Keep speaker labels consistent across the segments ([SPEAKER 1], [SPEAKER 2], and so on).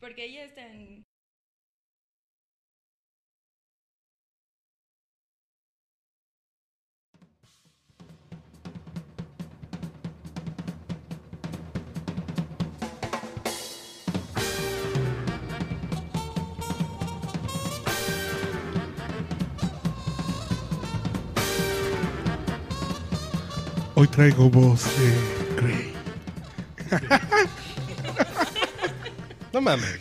[SPEAKER 1] Porque ella está en
[SPEAKER 2] Hoy traigo voz de Grey.
[SPEAKER 3] No mames.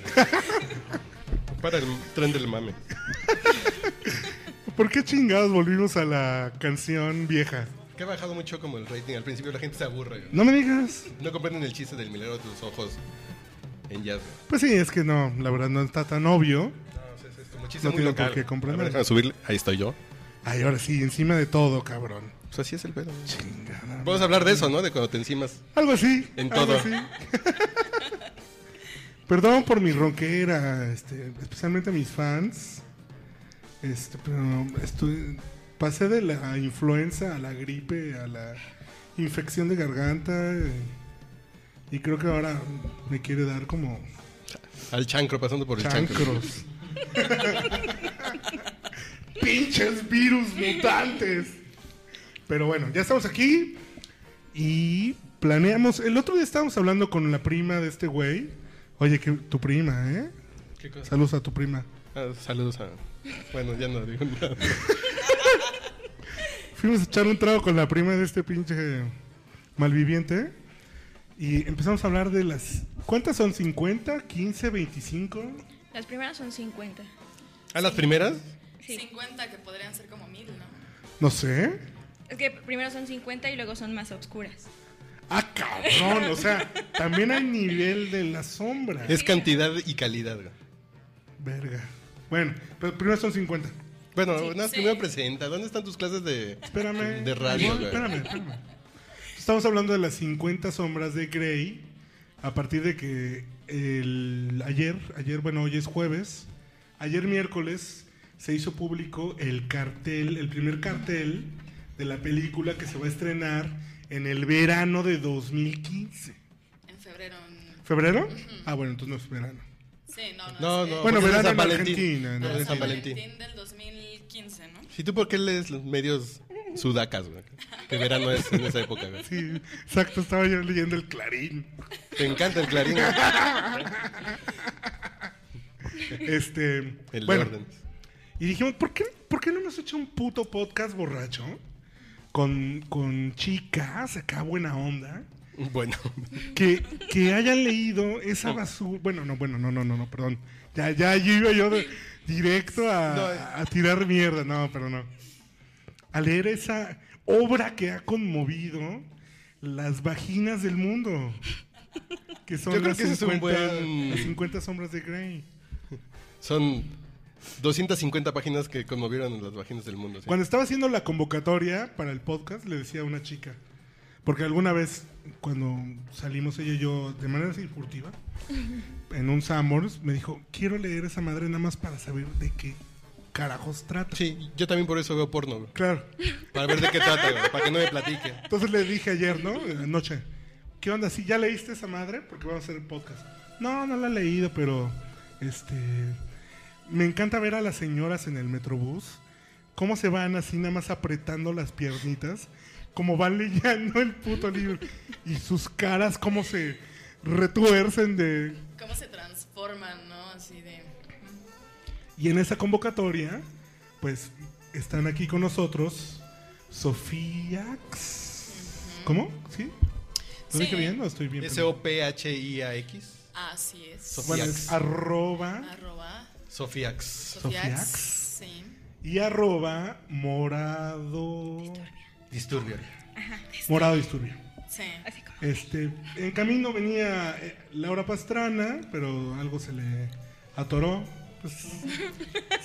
[SPEAKER 3] Para el tren del mame.
[SPEAKER 2] ¿Por qué chingados volvimos a la canción vieja?
[SPEAKER 3] Que ha bajado mucho como el rating. Al principio la gente se aburre. güey.
[SPEAKER 2] No me digas.
[SPEAKER 3] No comprenden el chiste del milagro de tus ojos en jazz. güey.
[SPEAKER 2] Pues sí, es que no, la verdad no está tan obvio.
[SPEAKER 3] No, o sea, es como chiste
[SPEAKER 2] No
[SPEAKER 3] muy
[SPEAKER 2] tiene
[SPEAKER 3] local.
[SPEAKER 2] por qué comprender.
[SPEAKER 3] A ver, déjame subirle. Ahí estoy yo.
[SPEAKER 2] Ay, ahora sí, encima de todo, cabrón.
[SPEAKER 3] Pues así es el pedo. güey.
[SPEAKER 2] Chingada.
[SPEAKER 3] Podemos hablar de eso, ¿no? De cuando te encimas.
[SPEAKER 2] Algo así.
[SPEAKER 3] En
[SPEAKER 2] algo
[SPEAKER 3] todo.
[SPEAKER 2] así. Perdón por mi ronquera, este, especialmente a mis fans. Este, pero estu- pasé de la influenza a la gripe, a la infección de garganta. eh, Y creo que ahora me quiere dar como
[SPEAKER 3] Al chancro, pasando por el chancro.
[SPEAKER 2] chancros. Pinches virus mutantes. Pero bueno, ya estamos aquí y planeamos. El otro día estábamos hablando con la prima de este güey. Oye, que tu prima, ¿eh?
[SPEAKER 3] ¿Qué cosa?
[SPEAKER 2] Saludos a tu prima.
[SPEAKER 3] Ah, saludos a. Bueno, ya no digo nada.
[SPEAKER 2] Fuimos a echar un trago con la prima de este pinche malviviente y empezamos a hablar de las. ¿Cuántas son? ¿50? ¿15? ¿25?
[SPEAKER 1] Las primeras son 50.
[SPEAKER 3] ¿A las primeras?
[SPEAKER 1] Sí.
[SPEAKER 4] 50 que podrían ser como 1000, ¿no?
[SPEAKER 2] No sé.
[SPEAKER 1] Es que primero son 50 y luego son más oscuras.
[SPEAKER 2] Ah, cabrón. O sea, también hay nivel de la sombra.
[SPEAKER 3] Es cantidad y calidad. güey.
[SPEAKER 2] Verga. Bueno, pero primero son 50.
[SPEAKER 3] Bueno, nada más
[SPEAKER 4] sí.
[SPEAKER 3] primero presenta. ¿Dónde están tus clases de,
[SPEAKER 2] Espérame.
[SPEAKER 3] de radio?
[SPEAKER 2] Igual,
[SPEAKER 3] güey?
[SPEAKER 2] espérame, espérame. Estamos hablando de las 50 sombras de Grey. A partir de que el, ayer, ayer, bueno, hoy es jueves. Ayer miércoles se hizo público el cartel, el primer cartel de la película que se va a estrenar en el verano de 2015.
[SPEAKER 4] En febrero. en-
[SPEAKER 2] ¿Febrero? Ah, bueno, entonces no es verano.
[SPEAKER 4] Sí, no, no.
[SPEAKER 3] No,
[SPEAKER 4] es que-
[SPEAKER 2] Bueno,
[SPEAKER 3] no. porque es
[SPEAKER 2] verano
[SPEAKER 3] San
[SPEAKER 2] en
[SPEAKER 3] Valentín.
[SPEAKER 2] Argentina, en
[SPEAKER 3] Ah,
[SPEAKER 4] San,
[SPEAKER 2] Valentín.
[SPEAKER 4] Valentín. del 2015, ¿no?
[SPEAKER 3] ¿Y tú por qué lees los medios sudacas, güey? Que verano es en esa época, güey.
[SPEAKER 2] Sí, exacto, estaba yo leyendo el Clarín.
[SPEAKER 3] Te encanta el clarín, güey.
[SPEAKER 2] Este,
[SPEAKER 3] el
[SPEAKER 2] bueno,
[SPEAKER 3] orden.
[SPEAKER 2] Y dijimos, ¿por qué, ¿por qué no hemos hecho un puto podcast borracho? Con, con chicas, acá buena onda,
[SPEAKER 3] Bueno,
[SPEAKER 2] que, que hayan leído esa basura. Bueno, no, bueno, no, no, no, no, perdón. Ya, ya, yo iba yo de- directo a,
[SPEAKER 3] No, eh.
[SPEAKER 2] a tirar mierda, no, pero no. A leer esa obra que ha conmovido las vaginas del mundo. Que son
[SPEAKER 3] Yo creo
[SPEAKER 2] las,
[SPEAKER 3] que ese es un
[SPEAKER 2] 50,
[SPEAKER 3] buen-
[SPEAKER 2] las 50 sombras de Grey.
[SPEAKER 3] son 250 páginas que conmovieron a las vaginas del mundo. ¿sí?
[SPEAKER 2] Cuando estaba haciendo la convocatoria para el podcast, le decía a una chica, porque alguna vez cuando salimos ella y yo de manera así furtiva, en un Samors, me dijo, quiero leer esa madre nada más para saber de qué carajos trata.
[SPEAKER 3] Sí, yo también por eso veo porno, güey.
[SPEAKER 2] Claro.
[SPEAKER 3] Para ver de qué trata, güey, para que no me platique.
[SPEAKER 2] Entonces le dije ayer, ¿no? Anoche, ¿qué onda? ¿Sí ya leíste esa madre? Porque vamos a hacer el podcast. No, no la he leído, pero este me encanta ver a las señoras en el metrobús cómo se van así nada más apretando las piernitas, como van leyendo el puto libro y sus caras cómo se retuercen de
[SPEAKER 4] Cómo se transforman, ¿no? Así de...
[SPEAKER 2] y en esa convocatoria pues están aquí con nosotros Sofía ¿Cómo? ¿Sí? ¿Lo
[SPEAKER 4] Sí.
[SPEAKER 2] dije bien o estoy bien? pendejo?
[SPEAKER 3] S-O-P-H-I-A-X.
[SPEAKER 4] Así es.
[SPEAKER 3] Sofía.
[SPEAKER 2] Bueno, es arroba
[SPEAKER 4] Arroba
[SPEAKER 3] Sofiax.
[SPEAKER 4] Sofiax.
[SPEAKER 2] Sofiax.
[SPEAKER 4] Sí.
[SPEAKER 2] y arroba morado.
[SPEAKER 3] Disturbio.
[SPEAKER 2] Morado disturbio.
[SPEAKER 4] Sí.
[SPEAKER 1] Así como.
[SPEAKER 2] Este, en camino venía eh, Laura Pastrana, pero algo se le atoró. Pues,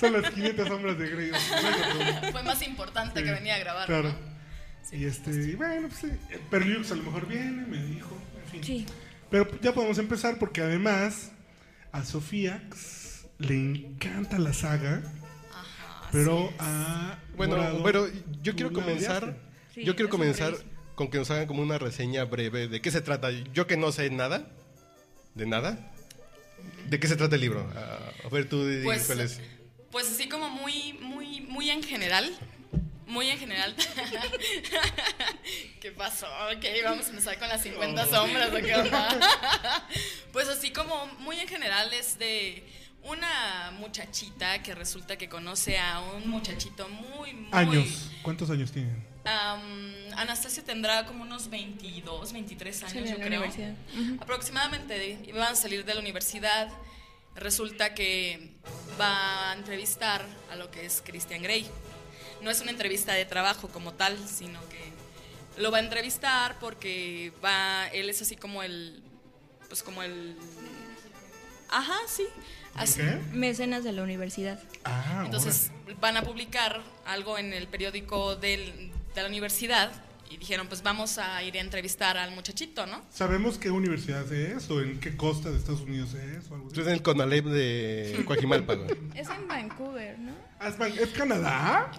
[SPEAKER 2] son las 500 sombras de Grey. Bueno, pero-
[SPEAKER 4] Fue más importante
[SPEAKER 2] Sí,
[SPEAKER 4] que venía a grabar,
[SPEAKER 2] Claro.
[SPEAKER 4] ¿no? Sí,
[SPEAKER 2] Y este, y bueno, pues sí, Perlux a lo mejor viene, me dijo, en fin.
[SPEAKER 1] Sí.
[SPEAKER 2] Pero ya podemos empezar porque además a Sofía x, le encanta la saga,
[SPEAKER 4] Ajá.
[SPEAKER 2] pero a
[SPEAKER 3] Bueno,
[SPEAKER 2] Morado,
[SPEAKER 3] pero yo
[SPEAKER 2] tú
[SPEAKER 3] quiero
[SPEAKER 2] la
[SPEAKER 3] comenzar.
[SPEAKER 2] odiaste.
[SPEAKER 1] Sí,
[SPEAKER 3] yo quiero
[SPEAKER 1] es
[SPEAKER 3] comenzar
[SPEAKER 1] horrible.
[SPEAKER 3] con que nos hagan como una reseña breve de qué se trata. Yo que no sé nada, de nada,
[SPEAKER 4] sí.
[SPEAKER 3] ¿De qué se trata el libro? Ah, a ver, tú, Didi,
[SPEAKER 4] Pues,
[SPEAKER 3] ¿cuál es?
[SPEAKER 4] pues así como muy, muy, muy en general. Muy en general. ¿Qué pasó? Ok, vamos a empezar con las 50 sombras. ¿o qué onda? pues así como muy en general es de una muchachita que resulta que conoce a un muchachito muy, muy...
[SPEAKER 2] Años. ¿Cuántos años tienen?
[SPEAKER 4] Am, Anastasia tendrá como unos 22, 23 años,
[SPEAKER 1] Salió de
[SPEAKER 4] yo
[SPEAKER 1] la
[SPEAKER 4] creo.
[SPEAKER 1] universidad.
[SPEAKER 4] Aproximadamente van a salir de la universidad. Resulta que va a entrevistar a lo que es Christian Grey. No es una entrevista de trabajo como tal, sino que lo va a entrevistar porque va, él es así como el, pues como el, ajá, Ah, sí, así.
[SPEAKER 2] ¿Qué?
[SPEAKER 1] Mecenas de la universidad.
[SPEAKER 2] Ah,
[SPEAKER 4] Entonces van a publicar algo en el periódico del- de la universidad y dijeron, pues vamos a ir a entrevistar al muchachito, ¿no?
[SPEAKER 2] ¿Sabemos qué universidad es o en qué costa de Estados Unidos es o algo
[SPEAKER 3] Tú
[SPEAKER 2] así?
[SPEAKER 3] eres en el Conalep de Coajimalpa, güey.
[SPEAKER 1] Es en Vancouver, ¿no?
[SPEAKER 2] Asban- Ah, ¿Es Canadá?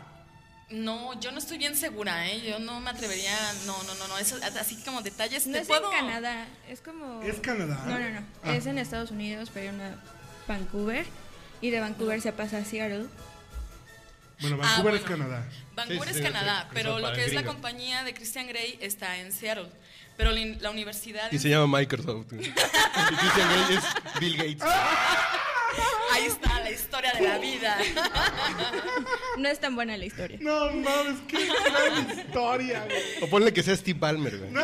[SPEAKER 4] No, yo no estoy bien segura, ¿eh? Yo no me atrevería, no, no, no, no, eso, así como detalles.
[SPEAKER 1] No
[SPEAKER 4] ¿te
[SPEAKER 1] es
[SPEAKER 4] puedo?
[SPEAKER 1] en Canadá, es como...
[SPEAKER 2] ¿Es Canadá?
[SPEAKER 1] Oh. No, no, no.
[SPEAKER 2] Ah.
[SPEAKER 1] Es en Estados Unidos, pero en eh, Vancouver. Y de Vancouver se pasa a Seattle.
[SPEAKER 2] Bueno,
[SPEAKER 4] Ah,
[SPEAKER 2] Vancouver es
[SPEAKER 4] bueno.
[SPEAKER 2] Canadá.
[SPEAKER 4] Vancouver
[SPEAKER 3] Sí, sí,
[SPEAKER 4] es
[SPEAKER 3] sí,
[SPEAKER 4] Canadá,
[SPEAKER 3] sí,
[SPEAKER 4] pero
[SPEAKER 3] eso
[SPEAKER 4] lo
[SPEAKER 3] para
[SPEAKER 4] que
[SPEAKER 3] el
[SPEAKER 4] es la
[SPEAKER 3] gringo.
[SPEAKER 4] compañía de Christian Grey está en Seattle, pero la, la universidad...
[SPEAKER 3] Y
[SPEAKER 4] en-
[SPEAKER 3] se llama Microsoft. güey. Y Christian Grey es Bill Gates.
[SPEAKER 4] Ahí está la historia de la vida.
[SPEAKER 1] No es tan buena la historia.
[SPEAKER 2] No mames, qué gran historia, güey.
[SPEAKER 3] O ponle que sea Steve Ballmer, güey.
[SPEAKER 2] No.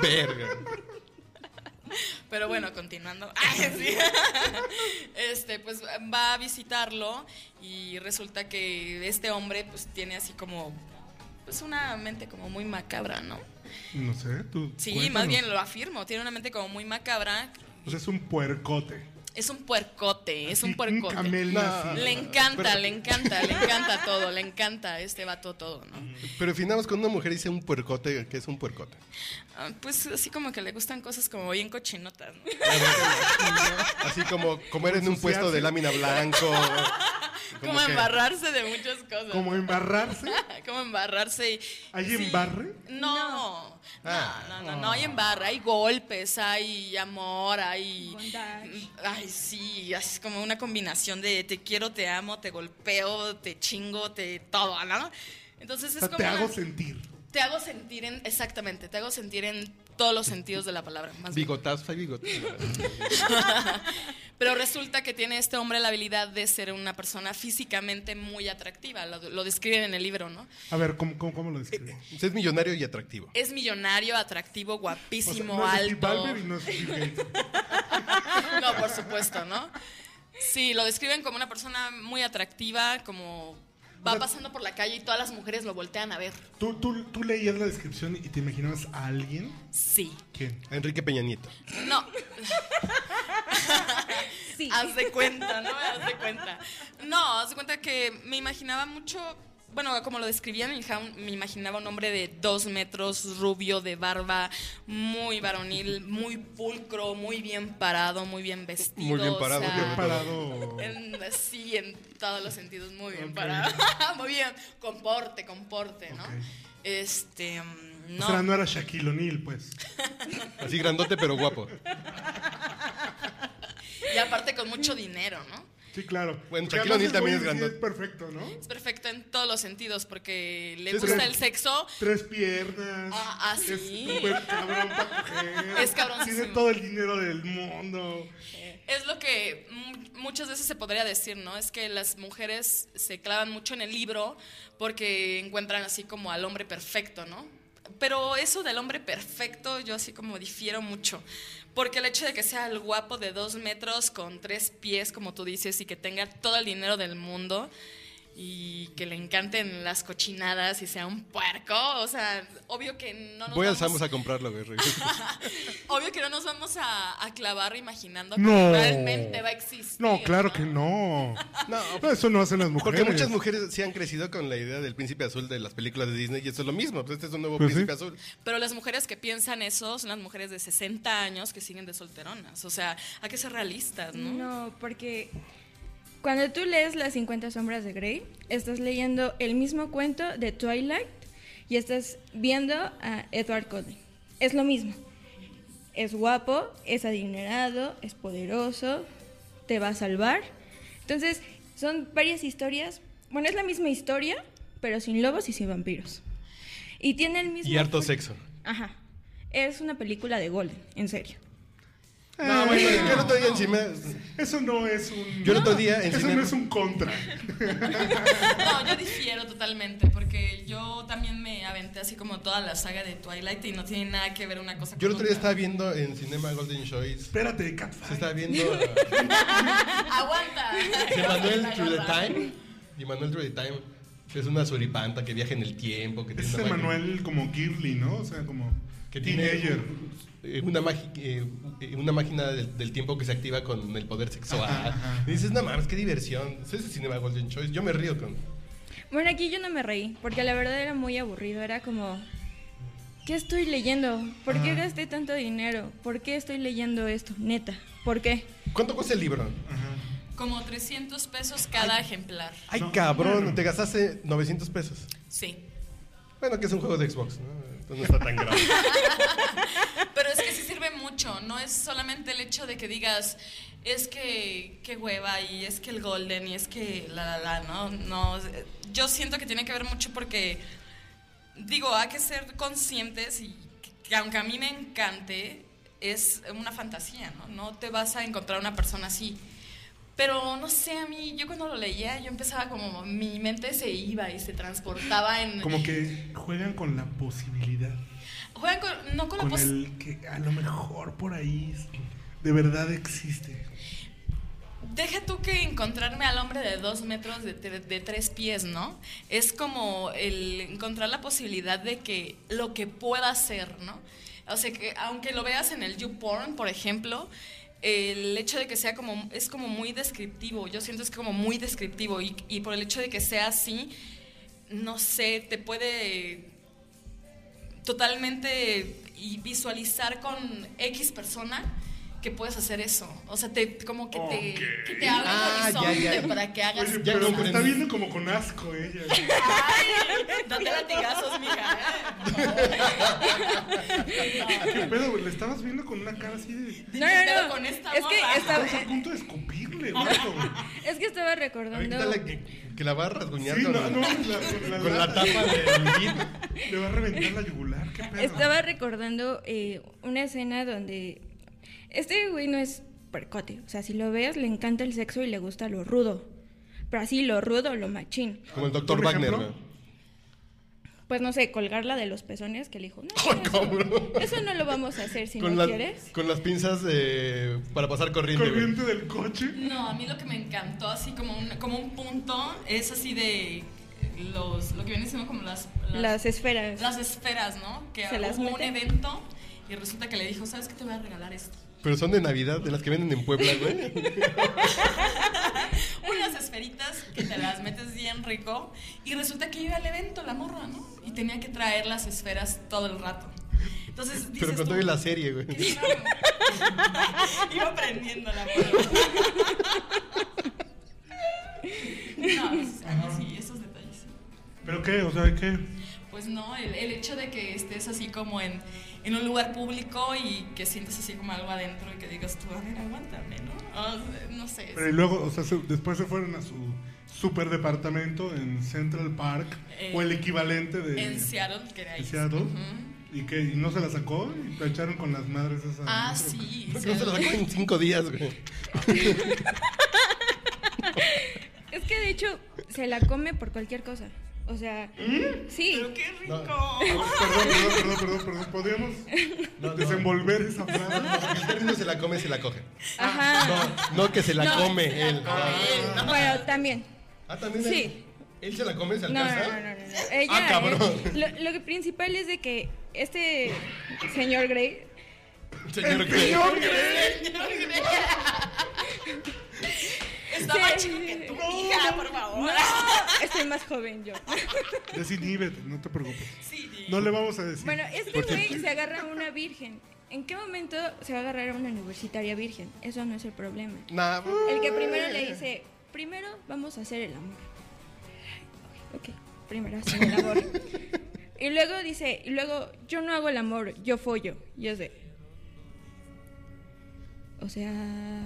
[SPEAKER 3] Verga.
[SPEAKER 4] Pero bueno, continuando. Ay, sí. Este, pues va a visitarlo y resulta que este hombre pues tiene así como pues una mente como muy macabra, ¿no?
[SPEAKER 2] No sé, tú.
[SPEAKER 4] Sí,
[SPEAKER 2] cuéntanos.
[SPEAKER 4] más bien lo afirmo, tiene una mente como muy macabra.
[SPEAKER 2] O sea, es un puercote.
[SPEAKER 4] Es un puercote, es
[SPEAKER 2] Sí,
[SPEAKER 4] un puercote.
[SPEAKER 2] Un camel
[SPEAKER 3] No.
[SPEAKER 2] nazi.
[SPEAKER 4] Le encanta, le encanta, le encanta todo, le encanta este vato todo, ¿no?
[SPEAKER 3] Pero finamos con una mujer y dice un puercote, que es un puercote.
[SPEAKER 4] Ah, Pues así como que le gustan cosas como bien cochinotas, ¿no?
[SPEAKER 3] Así como comer en un
[SPEAKER 2] Ensuciarse.
[SPEAKER 3] puesto de lámina blanco.
[SPEAKER 4] Como
[SPEAKER 3] que-
[SPEAKER 4] embarrarse de muchas cosas. Ah,
[SPEAKER 2] Como embarrarse.
[SPEAKER 4] Como embarrarse y...
[SPEAKER 2] ¿Hay
[SPEAKER 4] sí.
[SPEAKER 2] embarre?
[SPEAKER 4] No, no,
[SPEAKER 3] Ah.
[SPEAKER 4] no, no, no hay embarre, hay golpes, hay amor, hay...
[SPEAKER 1] Bondage.
[SPEAKER 4] Ay, sí, es como una combinación de te quiero, te amo, te golpeo, te chingo, te todo, ¿no? Entonces
[SPEAKER 2] O
[SPEAKER 4] es
[SPEAKER 2] sea,
[SPEAKER 4] como...
[SPEAKER 2] te hago sentir.
[SPEAKER 4] te hago sentir en... Exactamente, te hago sentir en todos los sentidos de la palabra. Más bien.
[SPEAKER 3] Bigotazo, hay bigotazo.
[SPEAKER 4] Pero resulta que tiene este hombre la habilidad de ser una persona físicamente muy atractiva, lo, lo describen en el libro, ¿no?
[SPEAKER 2] A ver, ¿cómo, cómo, cómo lo describo?
[SPEAKER 3] Usted es millonario y atractivo.
[SPEAKER 4] Es millonario, atractivo,
[SPEAKER 2] O sea,
[SPEAKER 4] guapísimo,
[SPEAKER 2] no es Steve
[SPEAKER 4] alto.
[SPEAKER 2] Ballmer y no es Bill Gates.
[SPEAKER 4] No, por supuesto, ¿no? Sí, lo describen como una persona muy atractiva, como
[SPEAKER 2] O
[SPEAKER 4] va
[SPEAKER 2] sea,
[SPEAKER 4] pasando por la calle y todas las mujeres lo voltean a ver.
[SPEAKER 2] ¿Tú, tú, tú leías la descripción y te imaginabas a alguien?
[SPEAKER 4] Sí.
[SPEAKER 2] ¿Quién?
[SPEAKER 3] Enrique Peña Nieto.
[SPEAKER 4] No,
[SPEAKER 1] Sí.
[SPEAKER 4] haz de cuenta, ¿no? Haz de cuenta. No, haz de cuenta que me imaginaba mucho, bueno, como lo describían, me ja- me imaginaba un hombre de dos metros, rubio, de barba, muy varonil, muy pulcro, muy bien parado, muy bien vestido.
[SPEAKER 3] Muy bien
[SPEAKER 4] o
[SPEAKER 3] parado,
[SPEAKER 4] sea,
[SPEAKER 3] muy bien
[SPEAKER 2] Parado.
[SPEAKER 4] En- sí, en todos los sentidos, muy bien
[SPEAKER 2] Ok.
[SPEAKER 4] parado. muy bien, comporte, comporte, ¿no?
[SPEAKER 2] Ok.
[SPEAKER 4] Este, mm, no.
[SPEAKER 2] O sea, no era Shaquille O'Neal, pues.
[SPEAKER 3] Así grandote pero guapo.
[SPEAKER 4] Y aparte con mucho dinero, ¿no?
[SPEAKER 2] Sí, claro.
[SPEAKER 3] Bueno,
[SPEAKER 2] Porque
[SPEAKER 3] Shaquille
[SPEAKER 2] además
[SPEAKER 3] O'Neal
[SPEAKER 2] el güey
[SPEAKER 3] también es
[SPEAKER 2] sí
[SPEAKER 3] grandote.
[SPEAKER 2] Es perfecto, ¿no?
[SPEAKER 4] Es perfecto en todos los sentidos porque le
[SPEAKER 3] Sí, es
[SPEAKER 4] gusta
[SPEAKER 2] correcto.
[SPEAKER 4] el sexo.
[SPEAKER 2] Tres piernas.
[SPEAKER 4] Ah, ah, sí.
[SPEAKER 2] Es súper cabrón para coger.
[SPEAKER 4] Es cabroncísimo.
[SPEAKER 2] Tiene todo el dinero del mundo.
[SPEAKER 4] Es lo que mu- muchas veces se podría decir, ¿no? Es que las mujeres se clavan mucho en el libro porque encuentran así como al hombre perfecto, ¿no? Pero eso del hombre perfecto yo así como difiero mucho. Porque el hecho de que sea el guapo de dos metros con tres pies, como tú dices, y que tenga todo el dinero del mundo y que le encanten las cochinadas y sea un puerco, o sea, obvio que no nos
[SPEAKER 3] Voy al
[SPEAKER 4] vamos-
[SPEAKER 3] Samos a comprarlo, güey.
[SPEAKER 4] Obvio que no nos vamos a, a clavar imaginando
[SPEAKER 2] No.
[SPEAKER 4] que realmente va a existir.
[SPEAKER 2] No, claro que no.
[SPEAKER 3] No,
[SPEAKER 2] No, eso no hacen las mujeres.
[SPEAKER 3] porque muchas mujeres sí han crecido con la idea del príncipe azul de las películas de Disney y esto es lo mismo. Pues este es un nuevo
[SPEAKER 2] Pues sí.
[SPEAKER 3] príncipe azul.
[SPEAKER 4] Pero las mujeres que piensan eso son las mujeres de 60 años que siguen de solteronas. O sea, hay que ser realistas, ¿no?
[SPEAKER 1] No, porque cuando tú lees Las 50 sombras de Grey, estás leyendo el mismo cuento de Twilight y estás viendo a Edward Cullen. Es lo mismo. Es guapo, es adinerado, es poderoso, te va a salvar. Entonces, son varias historias. Bueno, es la misma historia, pero sin lobos y sin vampiros. Y tiene el mismo.
[SPEAKER 3] Y harto sexo.
[SPEAKER 1] Ajá. Es una película de Golden, en serio.
[SPEAKER 2] Ah,
[SPEAKER 3] Bueno,
[SPEAKER 2] bueno,
[SPEAKER 3] yo el otro día encima.
[SPEAKER 2] Eso no es un.
[SPEAKER 3] Yo el otro día en
[SPEAKER 2] Eso
[SPEAKER 3] cine-
[SPEAKER 2] no es un contra.
[SPEAKER 4] No, yo difiero totalmente, porque yo también me aventé así como toda la saga de Twilight y no tiene nada que ver una cosa
[SPEAKER 3] Yo el otro día
[SPEAKER 4] otra.
[SPEAKER 3] estaba viendo en Cinema Golden Choice.
[SPEAKER 2] Espérate,
[SPEAKER 3] Se
[SPEAKER 2] Catfight.
[SPEAKER 3] estaba viendo ah,
[SPEAKER 4] Aguanta.
[SPEAKER 3] de Manuel Through the Time. Y Manuel Through the Time. que Es una suripanta que viaja en el tiempo. Que
[SPEAKER 2] Es
[SPEAKER 3] tiene
[SPEAKER 2] ese
[SPEAKER 3] una magia-
[SPEAKER 2] Manuel como Girly, ¿no? O sea, como
[SPEAKER 3] Que tiene-
[SPEAKER 2] teenager.
[SPEAKER 3] eh, una, magi- eh, eh, una máquina del, del tiempo que se activa con el poder sexual.
[SPEAKER 2] Ajá, ajá.
[SPEAKER 3] Y dices, no mames, qué diversión. Ese es el Cinema Golden Choice. Yo me río con.
[SPEAKER 1] Bueno, aquí yo no me reí, porque la verdad era muy aburrido. Era como, ¿qué estoy leyendo? ¿Por qué
[SPEAKER 2] Ajá.
[SPEAKER 1] gasté tanto dinero? ¿Por qué estoy leyendo esto? Neta, ¿por qué?
[SPEAKER 3] ¿Cuánto cuesta el libro?
[SPEAKER 2] Ajá.
[SPEAKER 4] Como 300 pesos cada ejemplar.
[SPEAKER 3] Ay,
[SPEAKER 2] No,
[SPEAKER 3] cabrón,
[SPEAKER 2] bueno.
[SPEAKER 3] te gastaste 900 pesos.
[SPEAKER 4] Sí.
[SPEAKER 3] Bueno, que es un juego de Xbox, ¿no? Entonces no está tan grave.
[SPEAKER 4] Pero es que sí sirve mucho, no es solamente el hecho de que digas, es que qué hueva y es que el golden y es que la la la, no, no, eh, yo siento que tiene que ver mucho porque digo, hay que ser conscientes y que- que aunque a mí me encante, es una fantasía, ¿no? No te vas a encontrar una persona así. Pero no sé, a mí, yo cuando lo leía, yo empezaba como, mi mente se iba y se transportaba en...
[SPEAKER 2] Como que juegan con la posibilidad.
[SPEAKER 4] Juegan con, no con, la
[SPEAKER 2] Con
[SPEAKER 4] pos-
[SPEAKER 2] el que a lo mejor por ahí de verdad existe.
[SPEAKER 4] Deja tú que encontrarme al hombre de dos metros de, tre- de tres pies, ¿no? Es como el encontrar la posibilidad de que lo que pueda ser, ¿no? O sea, que aunque lo veas en el YouPorn, por ejemplo, el hecho de que sea como, es como muy descriptivo, yo siento es como muy descriptivo y, y por el hecho de que sea así, no sé, te puede totalmente y visualizar con X persona que puedes hacer eso. O sea, te, como que
[SPEAKER 2] Ok.
[SPEAKER 4] te, que te abre
[SPEAKER 3] Ah,
[SPEAKER 4] el
[SPEAKER 3] ya,
[SPEAKER 4] horizonte
[SPEAKER 3] ya.
[SPEAKER 4] para que hagas.
[SPEAKER 2] Oye,
[SPEAKER 3] ya
[SPEAKER 2] pero
[SPEAKER 3] comprendí.
[SPEAKER 2] está viendo como con asco eh, ella.
[SPEAKER 4] Ay, date latigazos, mija.
[SPEAKER 2] ¿Qué pedo, güey? Le estabas viendo con una cara así de.
[SPEAKER 4] Dime, pero con esta
[SPEAKER 1] es,
[SPEAKER 4] morra.
[SPEAKER 1] que estaba,
[SPEAKER 2] Estabas a punto de escupirle, güey.
[SPEAKER 1] es que estaba
[SPEAKER 3] A ver,
[SPEAKER 1] recordando...
[SPEAKER 3] quítale que, que la va a rasguñar
[SPEAKER 2] Sí,
[SPEAKER 3] con,
[SPEAKER 2] no, no, la-
[SPEAKER 3] con
[SPEAKER 2] con
[SPEAKER 3] la
[SPEAKER 2] la
[SPEAKER 3] tapa del jean.
[SPEAKER 2] Le va a reventar la yugular, qué pedo.
[SPEAKER 1] Estaba recordando eh, una escena donde este güey no es percote, o sea, si lo ves le encanta el sexo y le gusta lo rudo, pero así lo rudo, lo machín.
[SPEAKER 3] Como el doctor
[SPEAKER 2] Por
[SPEAKER 3] Wagner,
[SPEAKER 2] ejemplo.
[SPEAKER 3] ¿no?
[SPEAKER 1] Pues no sé, colgarla de los pezones que le dijo, no,
[SPEAKER 3] Ay, cabrón.
[SPEAKER 1] eso, eso no lo vamos a hacer si
[SPEAKER 3] con,
[SPEAKER 1] no
[SPEAKER 3] las-
[SPEAKER 1] quieres.
[SPEAKER 3] con las pinzas eh, para pasar corriente. güey.
[SPEAKER 2] Corriente del coche.
[SPEAKER 4] No, a mí lo que me encantó, así como un, como un punto, es así de los, lo que viene siendo como las,
[SPEAKER 1] Las esferas.
[SPEAKER 4] las esferas, ¿no? Que
[SPEAKER 1] Se las
[SPEAKER 4] hubo un
[SPEAKER 1] mete.
[SPEAKER 4] evento y resulta que le dijo, ¿sabes qué te voy a regalar esto?
[SPEAKER 3] Pero son de Navidad, de las que venden en Puebla, güey.
[SPEAKER 4] unas esferitas que te las metes bien rico y resulta que iba al evento la morra, ¿no? Y tenía que traer las esferas todo el rato. Entonces dices
[SPEAKER 3] Pero con
[SPEAKER 4] tú,
[SPEAKER 3] todo y la serie, güey.
[SPEAKER 4] iba aprendiendo la morra. No, pues, algo así, esos detalles.
[SPEAKER 2] ¿Pero qué? O sea, ¿qué?
[SPEAKER 4] Pues no, el, el hecho de que estés así como en, en un lugar público y que sientes así como algo adentro y que digas tú, a ver, aguántame, ¿no? O sea, no sé. es-
[SPEAKER 2] Pero y luego, o sea, se- después se fueron a su super departamento en Central Park
[SPEAKER 4] Eh,
[SPEAKER 2] o el equivalente de
[SPEAKER 4] en Seattle, que era ahí.
[SPEAKER 2] ¿En Seattle?
[SPEAKER 4] Ujú.
[SPEAKER 2] y que y no se la sacó y la echaron con las madres esas.
[SPEAKER 4] Ah,
[SPEAKER 2] adentro.
[SPEAKER 4] sí.
[SPEAKER 3] No
[SPEAKER 4] sí,
[SPEAKER 3] se la sacó en cinco días, güey.
[SPEAKER 1] Es que de hecho se la come por cualquier cosa. O sea, sí.
[SPEAKER 4] Pero qué rico.
[SPEAKER 2] Perdón, perdón, perdón, perdón, perdón. Podríamos
[SPEAKER 3] No, no.
[SPEAKER 2] desenvolver esa frase.
[SPEAKER 3] El término se la come, se la coge.
[SPEAKER 1] Ajá.
[SPEAKER 3] No, no que se la
[SPEAKER 4] No,
[SPEAKER 3] come
[SPEAKER 4] se la
[SPEAKER 3] él.
[SPEAKER 4] come.
[SPEAKER 3] Ah.
[SPEAKER 1] Bueno, también.
[SPEAKER 3] Ah, también
[SPEAKER 1] Sí.
[SPEAKER 3] él. Él se la come, se
[SPEAKER 1] No, no,
[SPEAKER 3] alcanza.
[SPEAKER 1] no, no, no. Ella,
[SPEAKER 3] Ah, cabrón.
[SPEAKER 1] eh, lo, lo que principal es de que este señor Grey
[SPEAKER 3] Señor
[SPEAKER 2] ¡El
[SPEAKER 3] que-
[SPEAKER 2] señor Grey!
[SPEAKER 4] Está más chico que tu hija, por favor.
[SPEAKER 1] No, estoy más joven yo.
[SPEAKER 2] Desinhíbete, no te preocupes.
[SPEAKER 4] Sí, sí.
[SPEAKER 2] No le vamos a decir.
[SPEAKER 1] Bueno, este güey se agarra a una virgen. ¿En qué momento se va a agarrar a una universitaria virgen? Eso no es el problema.
[SPEAKER 3] Nah.
[SPEAKER 1] El que primero le dice, primero vamos a hacer el amor. Ok, primero hacen el amor. Y luego dice, y luego yo no hago el amor, yo follo. Yo sé. O sea,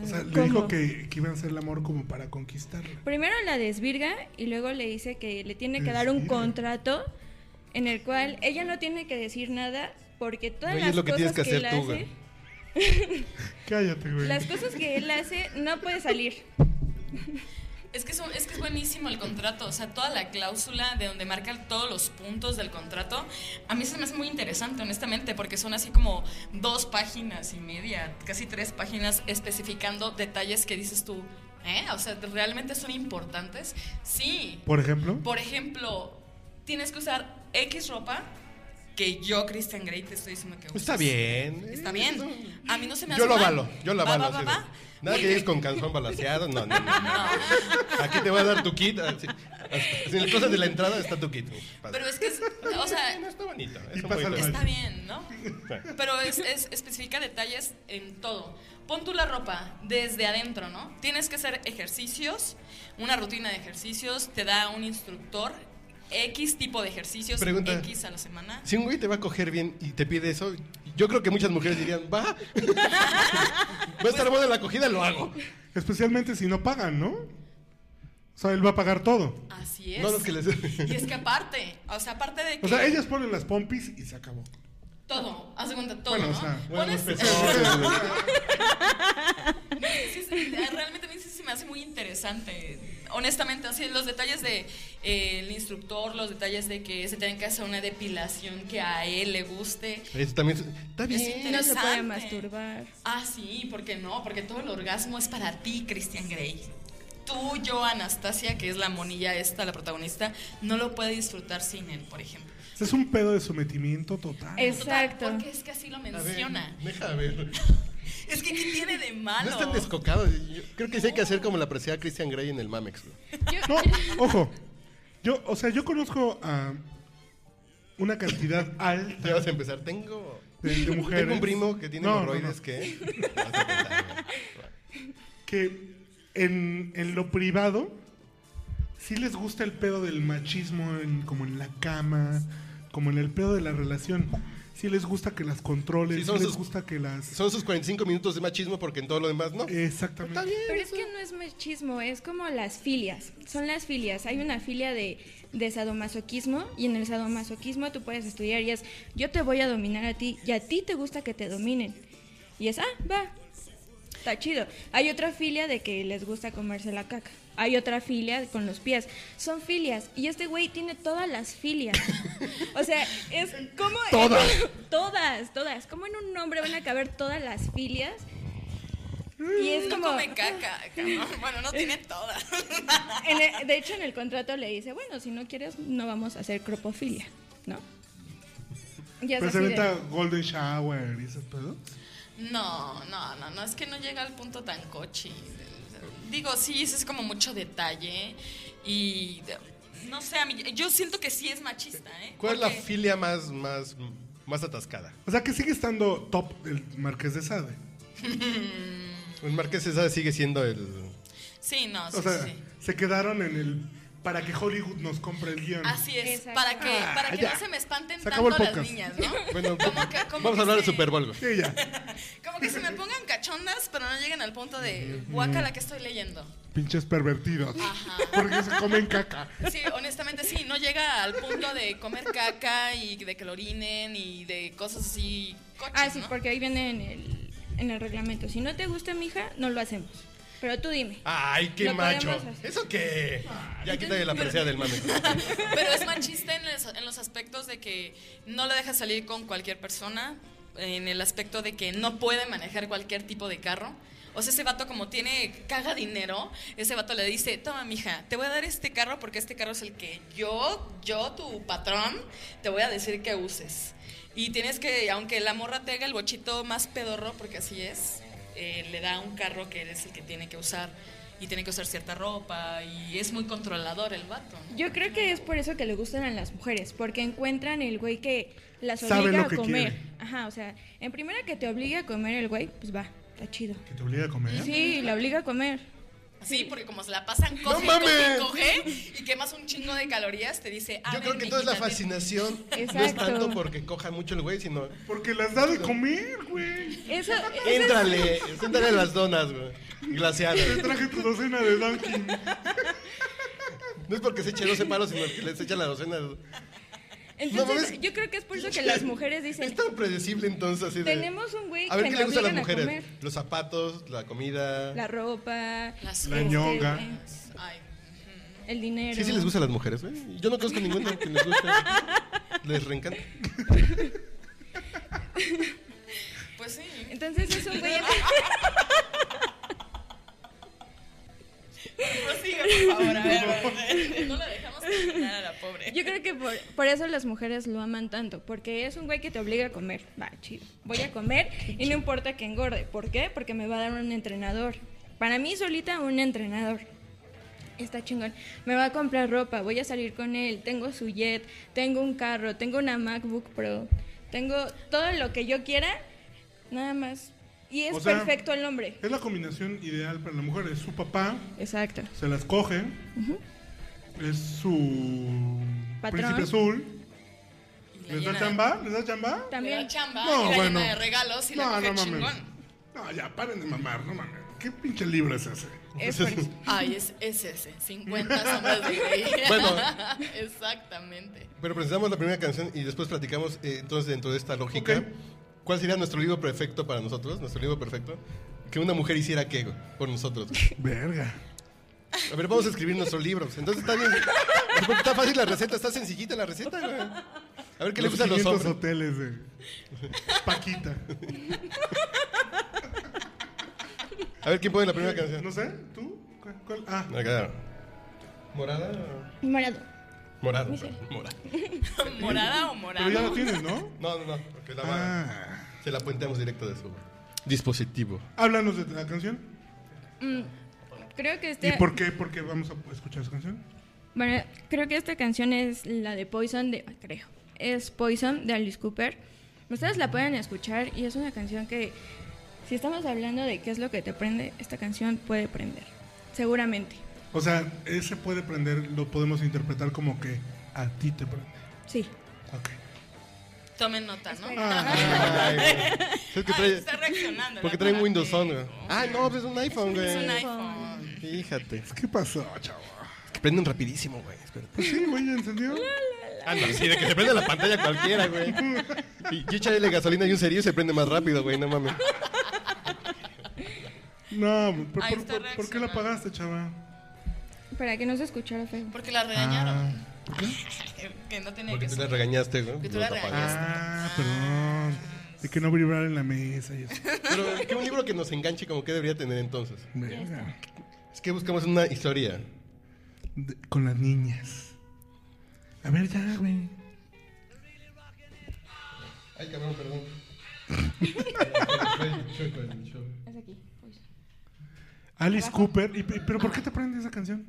[SPEAKER 2] O sea, le
[SPEAKER 1] ¿cómo?
[SPEAKER 2] dijo que, que iban a hacer el amor como para conquistarla.
[SPEAKER 1] Primero la desvirga y luego le dice que le tiene que dar un
[SPEAKER 2] Desvirga.
[SPEAKER 1] contrato en el cual ella no tiene que decir nada porque todas
[SPEAKER 3] Güey, es
[SPEAKER 1] las
[SPEAKER 3] lo que
[SPEAKER 1] cosas
[SPEAKER 3] tienes
[SPEAKER 1] que,
[SPEAKER 3] que
[SPEAKER 1] él
[SPEAKER 3] hacer tú,
[SPEAKER 1] hace,
[SPEAKER 3] güey.
[SPEAKER 2] Cállate, güey.
[SPEAKER 1] las cosas que él hace no puede salir.
[SPEAKER 4] Es que, es, un- es que es buenísimo el contrato, o sea, toda la cláusula de donde marcan todos los puntos del contrato, a mí se me hace muy interesante, honestamente, porque son así como dos páginas y media, casi tres páginas especificando detalles que dices tú, ¿eh? O sea, ¿realmente son importantes? Sí.
[SPEAKER 2] Por ejemplo,
[SPEAKER 4] Por ejemplo, tienes que usar X ropa que yo, Christian Grey, te estoy diciendo que uses.
[SPEAKER 3] Está bien.
[SPEAKER 4] Está bien. A mí no se me hace
[SPEAKER 3] Yo lo
[SPEAKER 4] mal.
[SPEAKER 3] avalo, yo lo
[SPEAKER 4] Va,
[SPEAKER 3] avalo.
[SPEAKER 4] va,
[SPEAKER 3] así
[SPEAKER 4] va,
[SPEAKER 3] de-
[SPEAKER 4] va.
[SPEAKER 3] Nada que
[SPEAKER 4] Porque-
[SPEAKER 3] llegues con calzón balaseado, no, no, no, no. Aquí te voy a dar tu kit. así. Así, En las cosas de la entrada está tu kit. Pasa.
[SPEAKER 4] Pero es que, es- o sea,
[SPEAKER 3] no está bonito.
[SPEAKER 2] Y
[SPEAKER 3] Es un
[SPEAKER 2] pasa
[SPEAKER 3] bonito.
[SPEAKER 2] el
[SPEAKER 4] Está
[SPEAKER 2] Vale.
[SPEAKER 4] bien, ¿no? Pero es, es- especifica detalles en todo. Pon tú la ropa desde adentro, ¿no? Tienes que hacer ejercicios, una rutina de ejercicios, te da un instructor, X tipo de ejercicios,
[SPEAKER 3] Pregunta.
[SPEAKER 4] X a la semana.
[SPEAKER 3] Si un güey te va a coger bien y te pide eso, yo creo que muchas mujeres dirían, va, va a
[SPEAKER 4] Pues
[SPEAKER 3] estar buena la acogida, lo hago.
[SPEAKER 2] especialmente si no pagan, ¿no? O sea, él va a pagar todo.
[SPEAKER 4] Así es.
[SPEAKER 3] No los que les...
[SPEAKER 4] Y es que aparte, o sea, aparte de que
[SPEAKER 2] O sea, ellas ponen las pompis y se acabó.
[SPEAKER 4] todo, haz de cuenta todo,
[SPEAKER 2] Bueno, pues, o
[SPEAKER 4] ¿no?
[SPEAKER 2] sea,
[SPEAKER 3] Bueno,
[SPEAKER 4] Pones-
[SPEAKER 3] empezó, güey.
[SPEAKER 4] Sí, sí, ah, realmente a mí sí se me hace muy interesante. Honestamente, así los detalles de eh, el instructor, los detalles de que se tienen que hacer una depilación que a él le guste.
[SPEAKER 3] Eso Este, también es- está bien.
[SPEAKER 1] No se puede
[SPEAKER 4] Interesante.
[SPEAKER 1] masturbar.
[SPEAKER 4] Ah, sí, ¿por qué no? Porque todo el orgasmo es para ti, Christian Grey. Tú, yo, Anastasia, que es la monilla esta, la protagonista, no lo puede disfrutar sin él, por ejemplo.
[SPEAKER 2] O sea, es un pedo de sometimiento total.
[SPEAKER 1] Es- Exacto.
[SPEAKER 4] Total, porque es que así lo
[SPEAKER 3] A ver,
[SPEAKER 4] menciona.
[SPEAKER 3] Deja ver.
[SPEAKER 4] Es que ¿qué tiene de
[SPEAKER 3] No
[SPEAKER 4] malo?
[SPEAKER 3] están descocados. Yo creo que sí hay que hacer como la presea Christian Grey en el Mamex. güey.
[SPEAKER 2] No, ojo. Yo, o sea, yo conozco a una cantidad alta
[SPEAKER 3] Ya vas a empezar. Tengo,
[SPEAKER 2] de, de mujeres.
[SPEAKER 3] tengo un primo que tiene
[SPEAKER 2] No, no,
[SPEAKER 3] hemorroides
[SPEAKER 2] no.
[SPEAKER 3] que. Vas a contar, güey.
[SPEAKER 2] que en, en lo privado sí les gusta el pedo del machismo en- como en la cama, como en el pedo de la relación. Sí les gusta que las controlen,
[SPEAKER 3] Sí,
[SPEAKER 2] sí,
[SPEAKER 3] son
[SPEAKER 2] les
[SPEAKER 3] sus-
[SPEAKER 2] gusta que las...
[SPEAKER 3] Son sus 45 minutos de machismo porque en todo lo demás
[SPEAKER 2] Eh,
[SPEAKER 3] no.
[SPEAKER 2] Exactamente.
[SPEAKER 3] Está bien.
[SPEAKER 1] Pero es que no es machismo, es como las filias. Son las filias. Hay una filia de, de sadomasoquismo y en el sadomasoquismo tú puedes estudiar y es yo te voy a dominar a ti y a ti te gusta que te dominen. Y es, ah, va. Está chido. Hay otra filia de que les gusta comerse la caca. Hay otra filia con los pies. Son filias. Y este güey tiene todas las filias. O sea, es como...
[SPEAKER 3] Todas.
[SPEAKER 1] todas, todas. Como en un hombre van a caber todas las filias. Y es
[SPEAKER 4] Mm, No
[SPEAKER 1] como...
[SPEAKER 4] come caca, cabrón. Bueno, no tiene todas.
[SPEAKER 1] En el- de hecho, en el contrato le dice, bueno, si no quieres, no vamos a hacer cropofilia, ¿no? Ya
[SPEAKER 2] Pero se venta Golden Shower y esos pedos.
[SPEAKER 4] No, no, no, no, es que no llega al punto tan cochi. Digo, sí, eso es como mucho detalle y de- no sé, a mí, yo siento que sí es machista, ¿eh?
[SPEAKER 3] ¿Cuál es la
[SPEAKER 4] Porque-
[SPEAKER 3] filia más, más, más atascada?
[SPEAKER 2] O sea, que sigue estando top el Marqués de Sade.
[SPEAKER 3] El Marqués César sigue siendo el.
[SPEAKER 4] Sí, no, Ah, sí,
[SPEAKER 2] O sea, mm.
[SPEAKER 4] sí.
[SPEAKER 2] se quedaron en el... Para que Hollywood nos compre el guión.
[SPEAKER 4] Así es,
[SPEAKER 1] Exacto.
[SPEAKER 4] para que, para que
[SPEAKER 3] ya.
[SPEAKER 4] no se me espanten
[SPEAKER 2] Ah, Se acabó
[SPEAKER 4] tanto
[SPEAKER 2] el
[SPEAKER 4] las
[SPEAKER 2] podcast.
[SPEAKER 4] niñas, ¿no?
[SPEAKER 3] Bueno,
[SPEAKER 4] Como que- como
[SPEAKER 3] vamos
[SPEAKER 4] que
[SPEAKER 3] a hablar de
[SPEAKER 4] se-
[SPEAKER 3] Super Bowl. güey.
[SPEAKER 2] Sí, ya.
[SPEAKER 4] Como que se me pongan cachondas, pero no lleguen al punto de
[SPEAKER 2] Mm.
[SPEAKER 4] guácala que estoy leyendo.
[SPEAKER 2] Pinches pervertidos.
[SPEAKER 4] Ajá.
[SPEAKER 2] Porque se comen caca.
[SPEAKER 4] Sí, honestamente sí, no llega al punto de comer caca y de que lo orinen y de cosas así coches,
[SPEAKER 1] Ah, sí,
[SPEAKER 4] ¿no?
[SPEAKER 1] porque ahí viene en el, en el reglamento. Si no te gusta, mija, no lo hacemos. Pero tú dime.
[SPEAKER 3] ¡Ay, qué
[SPEAKER 1] Lo podemos
[SPEAKER 3] macho!
[SPEAKER 1] hacer.
[SPEAKER 3] ¿Eso qué? Ya quítale la presea del Mamex.
[SPEAKER 4] Pero es machista en los, en los aspectos de que no la deja salir con cualquier persona, en el aspecto de que no puede manejar cualquier tipo de carro. O sea, ese vato como tiene, caga dinero, ese vato le dice, toma mija, te voy a dar este carro porque este carro es el que yo, yo, tu patrón, te voy a decir que uses. Y tienes que, aunque la morra te haga el bochito más pedorro, porque así es, eh, le da un carro que es el que tiene que usar y tiene que usar cierta ropa y es muy controlador el vato. ¿no?
[SPEAKER 1] Yo creo que es por eso que le gustan a las mujeres, porque encuentran el güey que las
[SPEAKER 2] Sabe
[SPEAKER 1] obliga
[SPEAKER 2] lo que
[SPEAKER 1] a comer.
[SPEAKER 2] quiere.
[SPEAKER 1] Ajá, o sea, en primera que te obliga a comer el güey, pues va, está chido.
[SPEAKER 2] Que te obliga a comer.
[SPEAKER 1] Sí, la obliga a comer.
[SPEAKER 4] Sí, porque como se la pasan coge,
[SPEAKER 3] ¡No mames!
[SPEAKER 4] coge, coge y quemas un chingo de calorías, te dice, "Ah, a
[SPEAKER 3] Yo
[SPEAKER 4] ver,
[SPEAKER 3] creo que entonces la
[SPEAKER 4] mijita,
[SPEAKER 3] fascinación no es
[SPEAKER 1] Exacto.
[SPEAKER 3] tanto porque coja mucho el güey, sino.
[SPEAKER 2] Porque las da de comer, güey.
[SPEAKER 1] Eso, eso es-
[SPEAKER 3] Éntrale, éntrale a las donas, güey.
[SPEAKER 2] Te
[SPEAKER 3] Glaciadas.
[SPEAKER 2] traje tu docena de Dunkin.
[SPEAKER 3] No es porque se eche 12 palos, sino que les echa la docena. de- No
[SPEAKER 1] Entonces,
[SPEAKER 3] mames.
[SPEAKER 1] yo creo que es por eso que las mujeres dicen,
[SPEAKER 3] Es tan predecible entonces así de.
[SPEAKER 1] tenemos un güey
[SPEAKER 3] A ver
[SPEAKER 1] que
[SPEAKER 3] qué le
[SPEAKER 1] nos
[SPEAKER 3] gusta a las
[SPEAKER 1] obligan a
[SPEAKER 3] mujeres.
[SPEAKER 1] comer
[SPEAKER 3] Los zapatos, la comida.
[SPEAKER 1] la ropa,
[SPEAKER 4] Las
[SPEAKER 2] La
[SPEAKER 1] este,
[SPEAKER 2] ñonga.
[SPEAKER 1] eh,
[SPEAKER 4] Ay,
[SPEAKER 1] el dinero.
[SPEAKER 3] Sí, sí les gusta a las mujeres, güey. Yo no conozco ninguna que les guste. Les reencanta.
[SPEAKER 4] pues sí.
[SPEAKER 1] Entonces es un güey...
[SPEAKER 4] Prosigue, por favor, a ver, a ver. No la dejamos terminar a la pobre.
[SPEAKER 1] Yo creo que por, por eso las mujeres lo aman tanto, porque es un güey que te obliga a comer. Va, chido. Voy a comer y no importa que engorde. ¿Por qué? Porque me va a dar un entrenador. Para mí solita un entrenador. Está chingón. Me va a comprar ropa, voy a salir con él. Tengo su jet, tengo un carro, tengo una MacBook Pro. Tengo todo lo que yo quiera, nada más. Y es
[SPEAKER 2] O sea,
[SPEAKER 1] perfecto el hombre.
[SPEAKER 2] Es la combinación ideal para la mujer. Es su papá,
[SPEAKER 1] Exacto.
[SPEAKER 2] se las coge. Es su
[SPEAKER 1] Patrón.
[SPEAKER 2] príncipe azul.
[SPEAKER 4] Y la
[SPEAKER 2] ¿Les da
[SPEAKER 4] llena-
[SPEAKER 2] chamba? ¿Les da chamba?
[SPEAKER 4] Le da
[SPEAKER 1] También.
[SPEAKER 4] chamba
[SPEAKER 2] No,
[SPEAKER 4] y la
[SPEAKER 2] bueno.
[SPEAKER 4] llena de regalos y la
[SPEAKER 2] No,
[SPEAKER 4] coge
[SPEAKER 2] no mames.
[SPEAKER 4] chingón.
[SPEAKER 2] No, ya, paren de mamar, no mames. ¿Qué pinche libro es ese?
[SPEAKER 1] Es fuerte.
[SPEAKER 4] Ay, es, es ese, 50 sombras de Grey.
[SPEAKER 3] Bueno.
[SPEAKER 4] Exactamente.
[SPEAKER 3] Pero presentamos la primera canción y después platicamos, eh, entonces, dentro de esta lógica,
[SPEAKER 2] Ok.
[SPEAKER 3] ¿cuál sería nuestro libro perfecto para nosotros? Nuestro libro perfecto. Que una mujer hiciera qué, güey, por nosotros.
[SPEAKER 2] Verga.
[SPEAKER 3] A ver, vamos a escribir nuestros libros. Entonces está bien. Está fácil la receta, está sencillita la receta, güey. A ver qué le gustan los
[SPEAKER 2] 500
[SPEAKER 3] hombres.
[SPEAKER 2] hoteles de Paquita.
[SPEAKER 3] A ver quién pone la primera canción.
[SPEAKER 2] No sé, ¿tú? ¿Cuál? cuál? Ah,
[SPEAKER 3] Acá. ¿Morada?
[SPEAKER 1] Morado.
[SPEAKER 3] Morada, morada.
[SPEAKER 4] ¿Morada o
[SPEAKER 2] pero ya lo
[SPEAKER 4] morada?
[SPEAKER 2] tienes, ¿no?
[SPEAKER 3] No, no, no, porque la va-
[SPEAKER 2] Ah.
[SPEAKER 3] se la puenteamos directo de su dispositivo.
[SPEAKER 2] Háblanos de la canción.
[SPEAKER 1] Mm, creo que este...
[SPEAKER 2] ¿Y por qué? Porque vamos a escuchar esa canción.
[SPEAKER 1] Bueno, creo que esta canción es la de Poison de, creo, es Poison de Alice Cooper. Ustedes la pueden escuchar y es una canción que, si estamos hablando de qué es lo que te prende, esta canción puede prender, seguramente.
[SPEAKER 2] O sea, ese puede prender, lo podemos interpretar como que a ti te prende.
[SPEAKER 1] Sí.
[SPEAKER 2] Ok.
[SPEAKER 4] Tomen nota, ¿no?
[SPEAKER 3] Ay, güey. Es que
[SPEAKER 4] Ay,
[SPEAKER 3] Ah, trae-
[SPEAKER 4] está reaccionando.
[SPEAKER 3] porque
[SPEAKER 4] la
[SPEAKER 3] trae
[SPEAKER 4] aparato.
[SPEAKER 3] un Windows Phone, güey. Ah, no, pues es un iPhone, güey.
[SPEAKER 4] Es un iPhone.
[SPEAKER 3] Fíjate.
[SPEAKER 2] ¿Qué pasó, chavo?
[SPEAKER 3] Que prenden rapidísimo, güey.
[SPEAKER 2] Pues sí, güey, ¿ya encendió?
[SPEAKER 3] Ah, no, sí, de que se prende la pantalla cualquiera, güey. Y, y échale gasolina y un cerillo y se prende más rápido, güey, no mames.
[SPEAKER 2] No, ¿por,
[SPEAKER 4] Ahí
[SPEAKER 2] por-
[SPEAKER 4] está
[SPEAKER 2] por- ¿por qué la
[SPEAKER 4] reaccionando.
[SPEAKER 2] apagaste, chava?
[SPEAKER 1] Para que no se escuchara feo.
[SPEAKER 4] Porque la
[SPEAKER 2] Ah,
[SPEAKER 4] regañaron. Que no tenía
[SPEAKER 3] Porque
[SPEAKER 4] que
[SPEAKER 3] tú la
[SPEAKER 4] ser.
[SPEAKER 3] regañaste, güey.
[SPEAKER 4] Que tú la
[SPEAKER 3] No, papá.
[SPEAKER 4] regañaste.
[SPEAKER 2] ah, perdón. De que no vibrar en la mesa y eso.
[SPEAKER 3] Ah. Pero que un libro que nos enganche como que debería tener entonces.
[SPEAKER 2] Verga.
[SPEAKER 3] Es que buscamos una historia.
[SPEAKER 2] De- con las niñas. A ver, ya, güey.
[SPEAKER 3] Ay, cabrón, perdón.
[SPEAKER 1] Es aquí, Poison.
[SPEAKER 2] Alice Cooper. ¿Y, ¿Pero por qué te prende esa canción?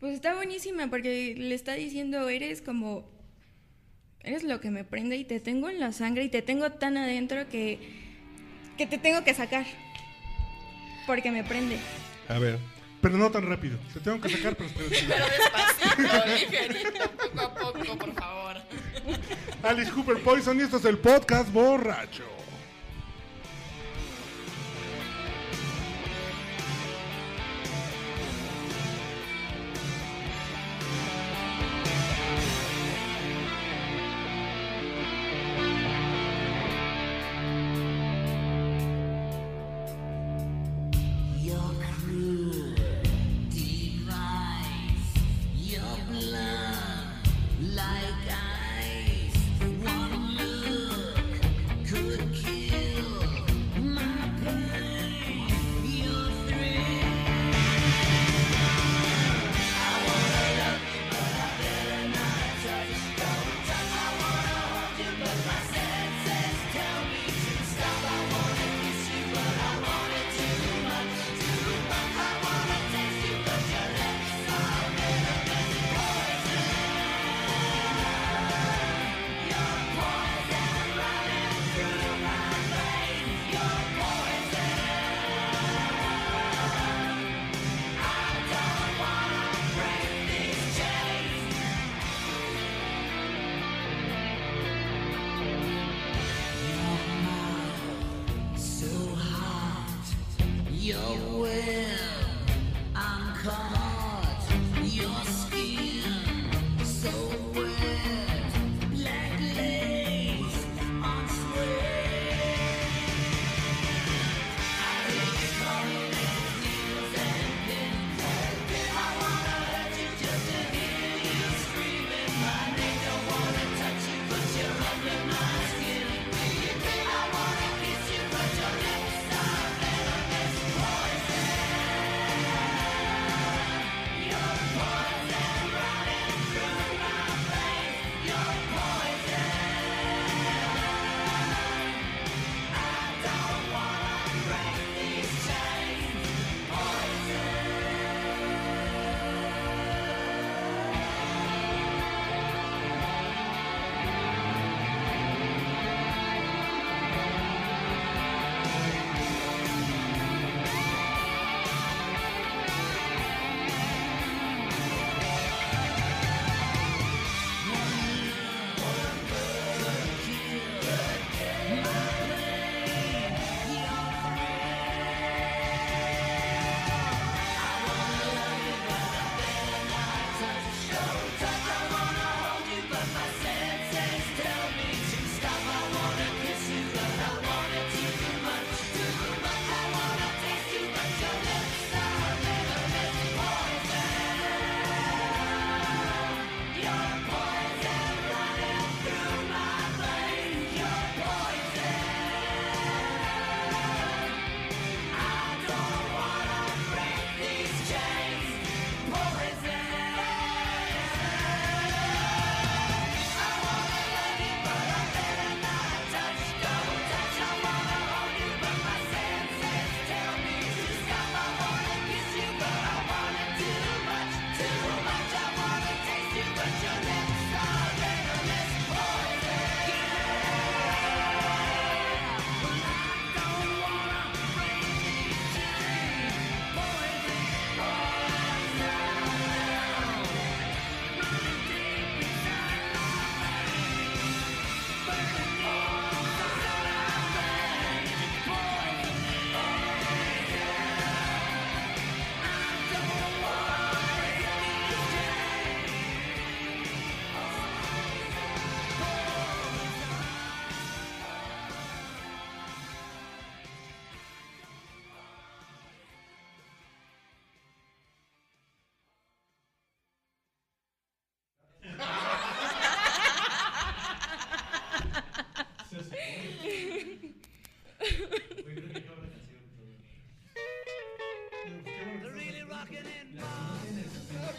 [SPEAKER 1] Pues está buenísima porque le está diciendo, eres como, eres lo que me prende y te tengo en la sangre y te tengo tan adentro que, que te tengo que sacar. Porque me prende.
[SPEAKER 3] A ver.
[SPEAKER 2] Pero no tan rápido. Te tengo que sacar, pero espérate.
[SPEAKER 4] Pero despacito, ligerito, poco a poco, por favor.
[SPEAKER 2] Alice Cooper Poison y esto es el podcast borracho.
[SPEAKER 5] Your cruel device, your blood like ice. One look could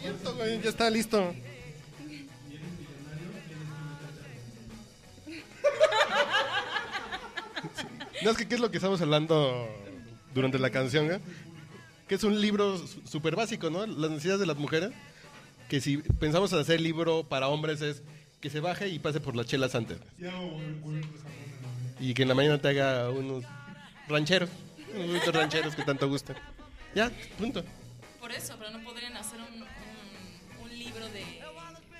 [SPEAKER 3] cierto, güey, ya está listo. No, es que qué es lo que estamos hablando durante la canción, güey? Que es un libro su- súper básico, ¿no? Las necesidades de las mujeres. Que si pensamos en hacer libro para hombres es que se baje y pase por las chelas antes.
[SPEAKER 2] Ya no, güey, güey, pues, amor,
[SPEAKER 3] Y que en la mañana te haga unos rancheros. Unos burritos rancheros que tanto gustan. Ya, punto.
[SPEAKER 4] Por eso, pero no podrían hacer un, un- un libro de...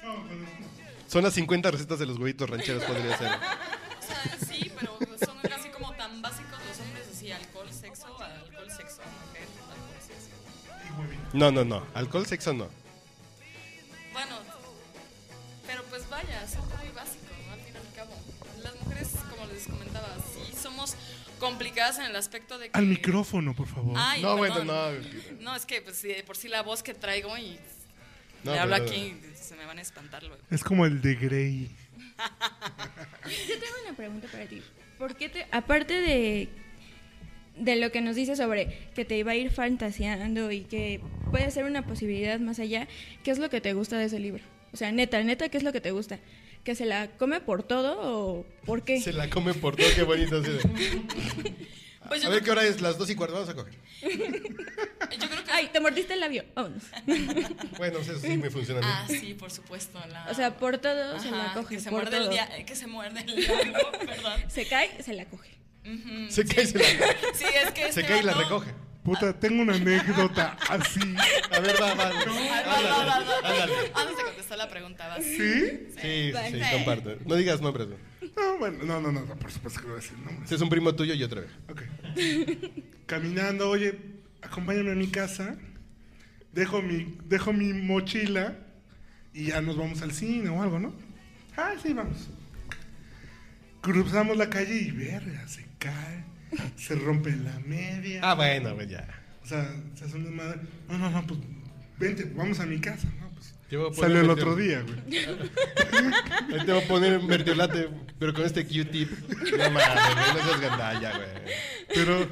[SPEAKER 2] no, no, no, no.
[SPEAKER 3] Son las 50 recetas de los huevitos rancheros, podría ser.
[SPEAKER 4] O sea, sí, pero son casi como tan básicos los hombres, así, alcohol, sexo, alcohol, sexo, mujer, alcohol, sexo.
[SPEAKER 3] No, no, no. Alcohol, sexo, no.
[SPEAKER 4] Bueno, pero pues vaya, es algo muy básico, ¿no? al fin y al cabo. Las mujeres, como les comentaba, sí somos complicadas en el aspecto de que...
[SPEAKER 2] Al micrófono, por favor.
[SPEAKER 4] Ay,
[SPEAKER 3] no, bueno,
[SPEAKER 4] perdón.
[SPEAKER 3] no.
[SPEAKER 4] No, es que pues, sí, de por sí la voz que traigo y
[SPEAKER 3] No,
[SPEAKER 4] le hablo
[SPEAKER 3] pero-
[SPEAKER 4] aquí se me van a espantar luego.
[SPEAKER 2] Es como el de Grey.
[SPEAKER 1] Yo tengo una pregunta para ti. ¿Por qué te, aparte de, de lo que nos dice sobre que te iba a ir fantaseando y que puede ser una posibilidad más allá, ¿qué es lo que te gusta de ese libro? O sea, neta, neta, ¿qué es lo que te gusta? ¿Que se la come por todo o por qué?
[SPEAKER 3] Se la come por todo, qué bonito. así de-
[SPEAKER 4] Pues
[SPEAKER 3] a
[SPEAKER 4] yo,
[SPEAKER 3] ver qué
[SPEAKER 4] creo,
[SPEAKER 3] hora es, las 2 y cuarto, vamos a coger.
[SPEAKER 4] yo creo que...
[SPEAKER 1] Ay, te mordiste el labio. Vámonos.
[SPEAKER 3] Bueno, eso sí me funciona
[SPEAKER 4] Ah,
[SPEAKER 3] a mí.
[SPEAKER 4] sí, por supuesto. La...
[SPEAKER 1] O sea, por todo se
[SPEAKER 4] Ajá,
[SPEAKER 1] la coge.
[SPEAKER 4] Que se,
[SPEAKER 1] por
[SPEAKER 4] muerde el
[SPEAKER 1] todo.
[SPEAKER 4] dia- que se muerde el diablo, perdón.
[SPEAKER 1] Se cae, se la coge.
[SPEAKER 4] Ujú,
[SPEAKER 3] Se cae y
[SPEAKER 4] sí.
[SPEAKER 3] se la,
[SPEAKER 4] Sí, es que
[SPEAKER 3] se
[SPEAKER 4] este
[SPEAKER 3] cae y la
[SPEAKER 4] vato-
[SPEAKER 3] recoge.
[SPEAKER 2] Puta, tengo una anécdota así.
[SPEAKER 3] A ver, va, va.
[SPEAKER 4] Ah, va, va, va,
[SPEAKER 3] Ándale,
[SPEAKER 4] va.
[SPEAKER 3] ándale.
[SPEAKER 4] Antes de contestar la pregunta, vas.
[SPEAKER 2] ¿Sí?
[SPEAKER 3] Sí, sí, sí, comparte. No digas nombres. güey.
[SPEAKER 2] No, bueno, no, no, no, no, por supuesto que no voy a decir nombres.
[SPEAKER 3] Ese es un primo tuyo y otra vez.
[SPEAKER 2] Ok. Caminando, oye, acompáñame a mi casa. Dejo mi, dejo mi mochila y ya nos vamos al cine o algo, ¿no? Ah, sí, vamos. Cruzamos la calle y verga, se cae, se rompe la media.
[SPEAKER 3] Ah, bueno, pues ya.
[SPEAKER 2] O sea, se hace una madre. No, no, no, pues vente, vamos a mi casa. ¿no? Pues,
[SPEAKER 3] Te voy a poner
[SPEAKER 2] sale el
[SPEAKER 3] verde-
[SPEAKER 2] otro día, güey.
[SPEAKER 3] Ahí te voy a poner un vertiolate, pero con este Q-tip. No mames, güey, no seas gandalla, güey.
[SPEAKER 2] Pero.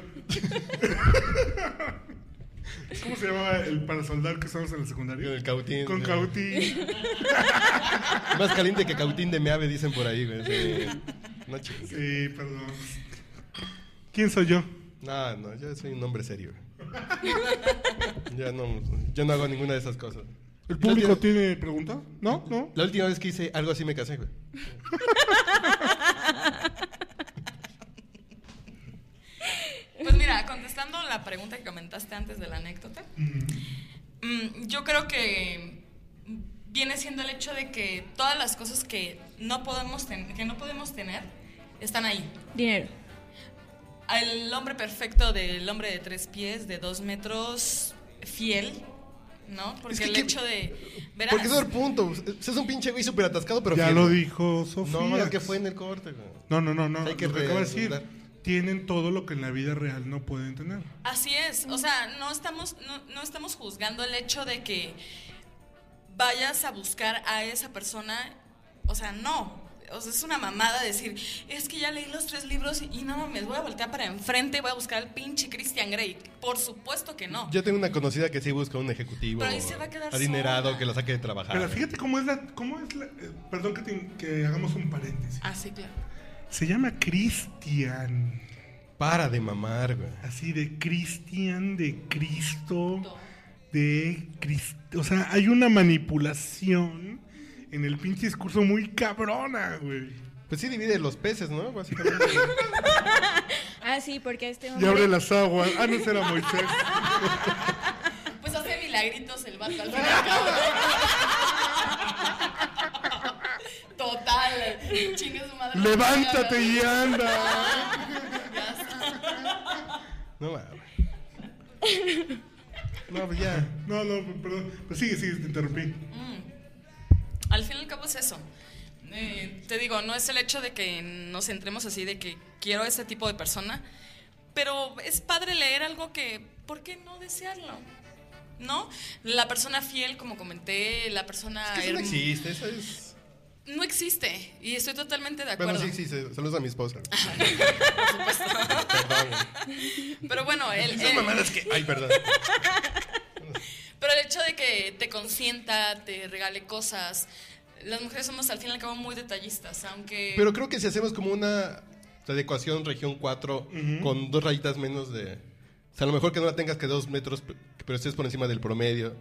[SPEAKER 2] ¿Cómo se llamaba el parasoldar que usamos en la
[SPEAKER 3] Con
[SPEAKER 2] secundaria?
[SPEAKER 3] el cautín.
[SPEAKER 2] Con
[SPEAKER 3] sí.
[SPEAKER 2] cautín.
[SPEAKER 3] Más caliente que cautín de meave, dicen por ahí, güey. sí. No chingues.
[SPEAKER 2] Sí, perdón. ¿Quién soy yo?
[SPEAKER 3] No, no, yo soy un hombre serio. yo, no, yo no hago ninguna de esas cosas.
[SPEAKER 2] ¿El público
[SPEAKER 3] La última-
[SPEAKER 2] tiene pregunta? ¿No? ¿No?
[SPEAKER 3] La última vez que hice algo así me casé, güey.
[SPEAKER 4] Pues mira, contestando la pregunta que comentaste antes de la anécdota, mm, yo creo que viene siendo el hecho de que todas las cosas que no podemos, ten- que no podemos tener están ahí.
[SPEAKER 1] Dinero.
[SPEAKER 4] El hombre perfecto del hombre de tres pies, de dos metros, fiel, ¿no? Porque
[SPEAKER 3] Es que
[SPEAKER 4] el
[SPEAKER 3] qué-
[SPEAKER 4] hecho de... Verás,
[SPEAKER 3] Porque ese es el punto. Es un pinche güey súper atascado, pero.
[SPEAKER 2] Ya
[SPEAKER 3] fiel.
[SPEAKER 2] lo dijo
[SPEAKER 3] No,
[SPEAKER 2] Sofía.
[SPEAKER 3] lo que fue en el corte, güey.
[SPEAKER 2] No, no, no, no.
[SPEAKER 3] Hay que
[SPEAKER 2] lo que acaba de decir.
[SPEAKER 3] redundar.
[SPEAKER 2] Tienen todo lo que en la vida real no pueden tener.
[SPEAKER 4] Así es, o sea, no estamos, no, no estamos juzgando el hecho de que vayas a buscar a esa persona, o sea, no. O sea, es una mamada decir, es que ya leí los tres libros y no mames, voy a voltear para enfrente, voy a buscar al pinche Christian Grey. Por supuesto que no.
[SPEAKER 3] Yo tengo una conocida que sí busca un ejecutivo.
[SPEAKER 4] Pero ahí se va a quedar
[SPEAKER 3] Adinerado,
[SPEAKER 4] sola.
[SPEAKER 3] que la saque de trabajar.
[SPEAKER 2] Pero fíjate cómo es la. Cómo es la eh, perdón que, te- que hagamos un paréntesis.
[SPEAKER 4] Así, Ah, claro.
[SPEAKER 2] Se llama Cristian.
[SPEAKER 3] Para de mamar, güey.
[SPEAKER 2] Así de Cristian, de Cristo,
[SPEAKER 4] Todo.
[SPEAKER 2] de Cristo. O sea, hay una manipulación en el pinche discurso muy cabrona, güey.
[SPEAKER 3] Pues sí divide los peces, ¿no? Básicamente.
[SPEAKER 1] Ah, sí, porque este
[SPEAKER 2] Y
[SPEAKER 1] hombre...
[SPEAKER 2] abre las aguas. Ah, no, ese era Moisés.
[SPEAKER 4] Pues hace milagritos el vato al fin y al cabo. Total, chinga su madre.
[SPEAKER 2] Levántate y anda.
[SPEAKER 4] Ya está.
[SPEAKER 3] No mames. No, pues ya.
[SPEAKER 2] No, no, perdón. Pues sigue, sigue, te interrumpí.
[SPEAKER 4] Mm. Al fin y al cabo es eso. Eh, te digo, no es el hecho de que nos centremos así, de que quiero ese tipo de persona, pero es padre leer algo que, ¿por qué no desearlo? ¿No? La persona fiel, como comenté, la persona...
[SPEAKER 3] Eso no
[SPEAKER 4] herm-
[SPEAKER 3] existe, eso es.
[SPEAKER 4] no existe, y estoy totalmente de acuerdo.
[SPEAKER 3] Bueno, sí, sí, se- saludos a mi esposa.
[SPEAKER 4] Pero bueno, el,
[SPEAKER 3] Esas
[SPEAKER 4] el-
[SPEAKER 3] mamadas que. Ay, perdón.
[SPEAKER 4] Pero el hecho de que te consienta, te regale cosas, las mujeres somos al fin y al cabo muy detallistas, aunque...
[SPEAKER 3] Pero creo que si hacemos como una adecuación región 4 con dos rayitas menos de... O sea, a lo mejor que no la tengas que dos metros, pe- pero estés por encima del promedio.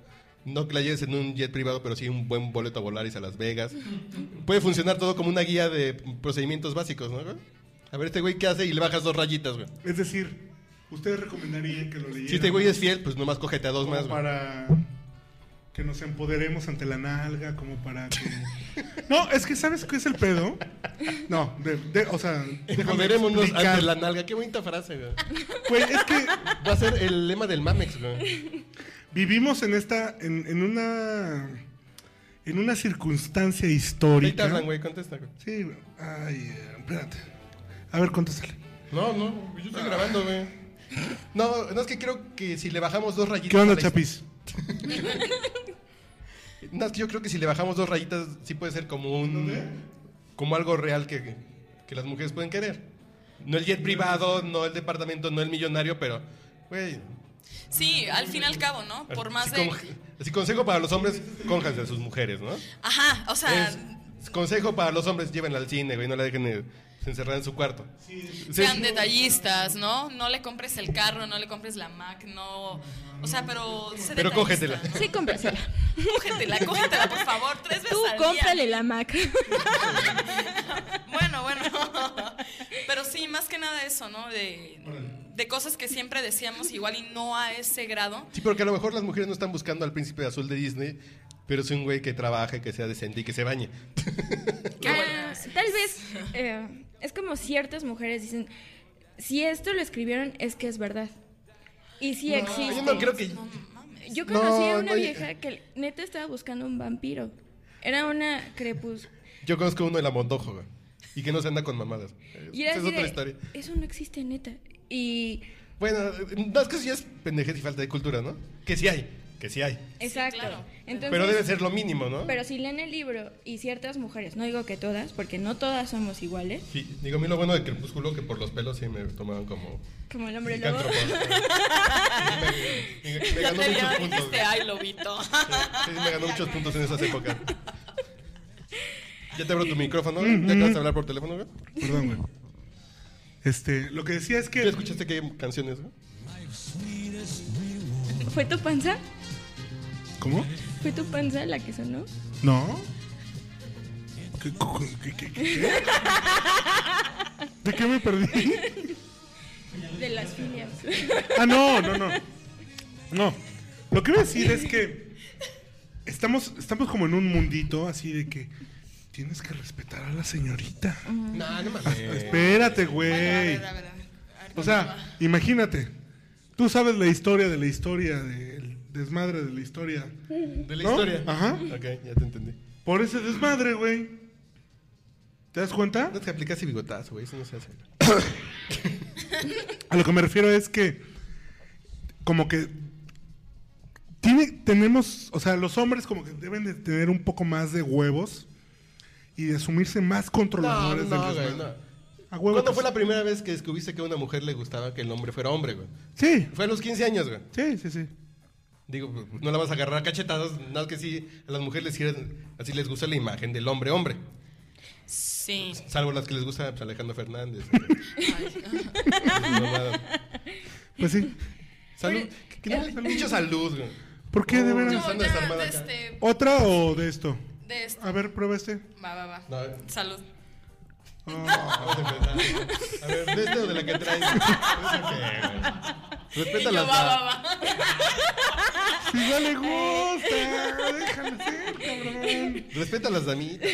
[SPEAKER 3] No que la lleves en un jet privado, pero sí un buen boleto a Volaris a Las Vegas. Puede funcionar todo como una guía de procedimientos básicos, ¿no? güey? A ver, este güey qué hace y le bajas dos rayitas, güey.
[SPEAKER 2] Es decir, ustedes recomendarían que lo leyeran.
[SPEAKER 3] Si este güey es fiel, pues nomás cógete a dos
[SPEAKER 2] como
[SPEAKER 3] más, güey.
[SPEAKER 2] para que nos empoderemos ante la nalga, como para que... No, es que ¿sabes qué es el pedo? No, de- de- o sea... déjame
[SPEAKER 3] Empoderémonos
[SPEAKER 2] explicar.
[SPEAKER 3] ante la nalga. Qué bonita frase, güey.
[SPEAKER 2] Güey, es que
[SPEAKER 3] Va a ser el lema del Mamex, güey.
[SPEAKER 2] vivimos en esta... En, en una... En una circunstancia
[SPEAKER 3] Ahí te
[SPEAKER 2] histórica...
[SPEAKER 3] hablan, güey, contesta, güey.
[SPEAKER 2] Sí, güey. ay, eh, espérate. A ver, contéstale.
[SPEAKER 3] No, no, yo estoy grabando, güey. No, no es que creo que si le bajamos dos rayitas.
[SPEAKER 2] ¿Qué
[SPEAKER 3] a
[SPEAKER 2] onda,
[SPEAKER 3] la-
[SPEAKER 2] Chapis?
[SPEAKER 3] No, es que yo creo que si le bajamos dos rayitas, sí puede ser como un. Como algo real que, que las mujeres pueden querer. No el jet privado, no el departamento, no el millonario, pero. Güey.
[SPEAKER 4] Sí, al fin y al cabo, ¿no? Por más
[SPEAKER 3] así
[SPEAKER 4] de...
[SPEAKER 3] como- así consejo para los hombres, cónjanse a sus mujeres, ¿no?
[SPEAKER 4] Ajá, o sea...
[SPEAKER 3] Es consejo para los hombres, llévenla al cine, güey, no la dejen eh, encerrada en su cuarto.
[SPEAKER 4] Sean detallistas, ¿no? No le compres el carro, no le compres la Mac, no... O sea, pero... sé
[SPEAKER 3] Pero
[SPEAKER 4] detallista,
[SPEAKER 3] cógetela.
[SPEAKER 4] ¿no?
[SPEAKER 6] Sí, cómprasela.
[SPEAKER 4] Cógetela, cógetela, por favor, tres veces
[SPEAKER 6] Tú
[SPEAKER 4] al día.
[SPEAKER 6] cómprale la Mac.
[SPEAKER 4] Bueno, bueno. Pero sí, más que nada eso, ¿no? De, de cosas que siempre decíamos igual y no a ese grado.
[SPEAKER 3] Sí, porque a lo mejor las mujeres no están buscando al príncipe azul de Disney, pero es un güey que trabaje, que sea decente y que se bañe.
[SPEAKER 4] Qué
[SPEAKER 1] Ah,
[SPEAKER 4] buena.
[SPEAKER 1] tal vez eh, es como ciertas mujeres dicen, si esto lo escribieron es que es verdad. Y si existe.
[SPEAKER 3] Yo no creo que.
[SPEAKER 4] No mames.
[SPEAKER 1] Yo
[SPEAKER 3] No,
[SPEAKER 1] conocí a una
[SPEAKER 3] no, yo-
[SPEAKER 1] vieja que neta estaba buscando un vampiro. Era una crepus.
[SPEAKER 3] Yo conozco uno de la Mondojo, güey. Y que no se anda con mamadas.
[SPEAKER 1] Y era
[SPEAKER 3] Esa es
[SPEAKER 1] así
[SPEAKER 3] otra
[SPEAKER 1] de,
[SPEAKER 3] historia.
[SPEAKER 1] Eso no existe, neta. Y.
[SPEAKER 3] Bueno, no es que sí es pendejez y falta de cultura, ¿no? Que sí hay, que sí hay.
[SPEAKER 1] Exacto.
[SPEAKER 4] claro.
[SPEAKER 1] Entonces,
[SPEAKER 3] pero debe ser lo mínimo, ¿no?
[SPEAKER 1] pero si leen el libro y ciertas mujeres, no digo que todas, porque no todas somos iguales,
[SPEAKER 3] Sí, digo, a mí lo bueno de Crepúsculo que por los pelos sí me tomaban como.
[SPEAKER 1] como el hombre lobo.
[SPEAKER 3] licántropo. me, me- me
[SPEAKER 4] Ya
[SPEAKER 3] ganó
[SPEAKER 4] te
[SPEAKER 3] muchos puntos.
[SPEAKER 4] vieron,
[SPEAKER 1] este
[SPEAKER 4] dijiste,
[SPEAKER 3] güey.
[SPEAKER 4] ay, lobito.
[SPEAKER 3] Sí, me ganó muchos puntos en esas épocas. Ya te abro tu micrófono, güey. ya acabas de hablar por teléfono, güey.
[SPEAKER 2] Perdón, güey. Este, lo que decía es que...
[SPEAKER 3] ¿Ya escuchaste qué canciones, güey?
[SPEAKER 1] ¿Fue tu panza?
[SPEAKER 2] ¿Cómo?
[SPEAKER 1] ¿Fue tu panza la que sonó?
[SPEAKER 2] ¿No? ¿Qué, co- qué- qué- qué- de qué me perdí?
[SPEAKER 1] De las filias.
[SPEAKER 2] Ah, no, no, no. No. Lo que iba a decir es que estamos, estamos como en un mundito así de que tienes que respetar a la señorita.
[SPEAKER 3] No, no
[SPEAKER 2] Ah, Espérate, güey.
[SPEAKER 4] Eh. A ver, a ver, a ver. A ver,
[SPEAKER 2] O
[SPEAKER 4] continúa.
[SPEAKER 2] sea, imagínate. Tú sabes la historia de la historia, del desmadre de la historia.
[SPEAKER 3] De la
[SPEAKER 2] ¿No?
[SPEAKER 3] historia.
[SPEAKER 2] Ajá.
[SPEAKER 3] Ok, ya te entendí.
[SPEAKER 2] Por ese desmadre, güey. ¿Te das cuenta?
[SPEAKER 3] No te aplicas y bigotazo, güey. Eso no se hace.
[SPEAKER 2] A lo que me refiero es que como que tiene, tenemos, o sea, los hombres como que deben de tener un poco más de huevos y de asumirse más controladores del
[SPEAKER 3] güey,
[SPEAKER 2] desmadre.
[SPEAKER 3] no.
[SPEAKER 2] A huevo
[SPEAKER 3] ¿Cuándo
[SPEAKER 2] que
[SPEAKER 3] fue
[SPEAKER 2] sí.
[SPEAKER 3] la primera vez que descubriste que a una mujer le gustaba que el hombre fuera hombre, güey?
[SPEAKER 2] Sí,
[SPEAKER 3] Fue a los 15 años, güey.
[SPEAKER 2] sí, sí, sí.
[SPEAKER 3] Digo, pues, no la vas a agarrar a cachetadas, nada más que sí, a las mujeres les quieren- así les gusta la imagen del hombre hombre.
[SPEAKER 4] Sí.
[SPEAKER 3] Salvo las que les gusta pues, Alejandro Fernández. güey. Esa mamada.
[SPEAKER 2] Pues sí.
[SPEAKER 3] Salud. ¿Qué- qué- Mucho eh, salud, güey.
[SPEAKER 2] ¿Por qué pues, de
[SPEAKER 3] No,
[SPEAKER 2] veras?
[SPEAKER 4] No,
[SPEAKER 3] Empezando
[SPEAKER 4] ya,
[SPEAKER 3] desarmada
[SPEAKER 4] de
[SPEAKER 3] acá.
[SPEAKER 4] este...
[SPEAKER 2] ¿Otra o de esto?
[SPEAKER 4] De este.
[SPEAKER 2] A ver, prueba este.
[SPEAKER 4] Va, va, va.
[SPEAKER 3] No, a ver,
[SPEAKER 4] Salud.
[SPEAKER 3] vamos a empezar. A ver, de este o de la que traes. Eso qué, güey.
[SPEAKER 4] Y
[SPEAKER 3] Respeta
[SPEAKER 4] yo, va,
[SPEAKER 3] las
[SPEAKER 4] va, va.
[SPEAKER 2] Si ya le gusta, déjale ser, cabrón.
[SPEAKER 3] Respeta las damitas.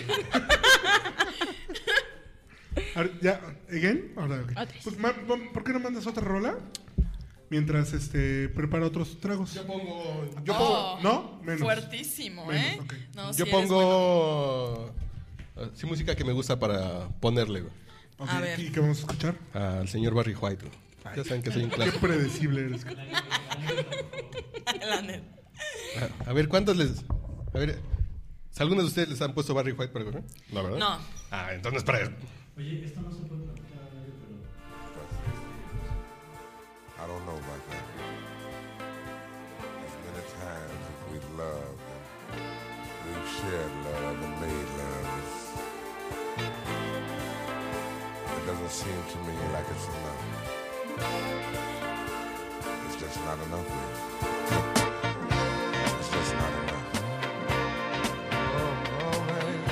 [SPEAKER 2] Ahora, ¿Ya? ¿Again? Ahora, ok. Pues, ma- ma- ¿Por qué no mandas otra rola? Mientras este, prepara otros tragos.
[SPEAKER 3] Yo pongo. Yo
[SPEAKER 4] Oh,
[SPEAKER 2] ¿No? Menos.
[SPEAKER 4] Fuertísimo, ¿eh?
[SPEAKER 2] Menos, ok.
[SPEAKER 4] No,
[SPEAKER 3] pongo.
[SPEAKER 4] sí
[SPEAKER 3] Yo
[SPEAKER 4] eres
[SPEAKER 3] pongo. ah, Sí, música que me gusta para ponerle, güey.
[SPEAKER 2] Ok,
[SPEAKER 4] A ver.
[SPEAKER 2] ¿Y qué vamos a escuchar?
[SPEAKER 3] Al señor Barry White, güey. Ya saben que soy un
[SPEAKER 2] Qué
[SPEAKER 3] clásico.
[SPEAKER 2] predecible eres.
[SPEAKER 4] bueno. La neta.
[SPEAKER 3] Ah, A- A ver, ¿cuántas les.? A ver. si ¿Algunos de ustedes les han puesto Barry White para coger? No, ¿verdad?
[SPEAKER 4] No.
[SPEAKER 3] Ah, entonces para.
[SPEAKER 7] Oye, esto no se puede platicar al aire, pero.
[SPEAKER 8] I don't know about that. There's been a time
[SPEAKER 6] shared love and made love. It's- It doesn't seem to me like it's enough. It's just not enough. man. It's just not enough. Oh, all right.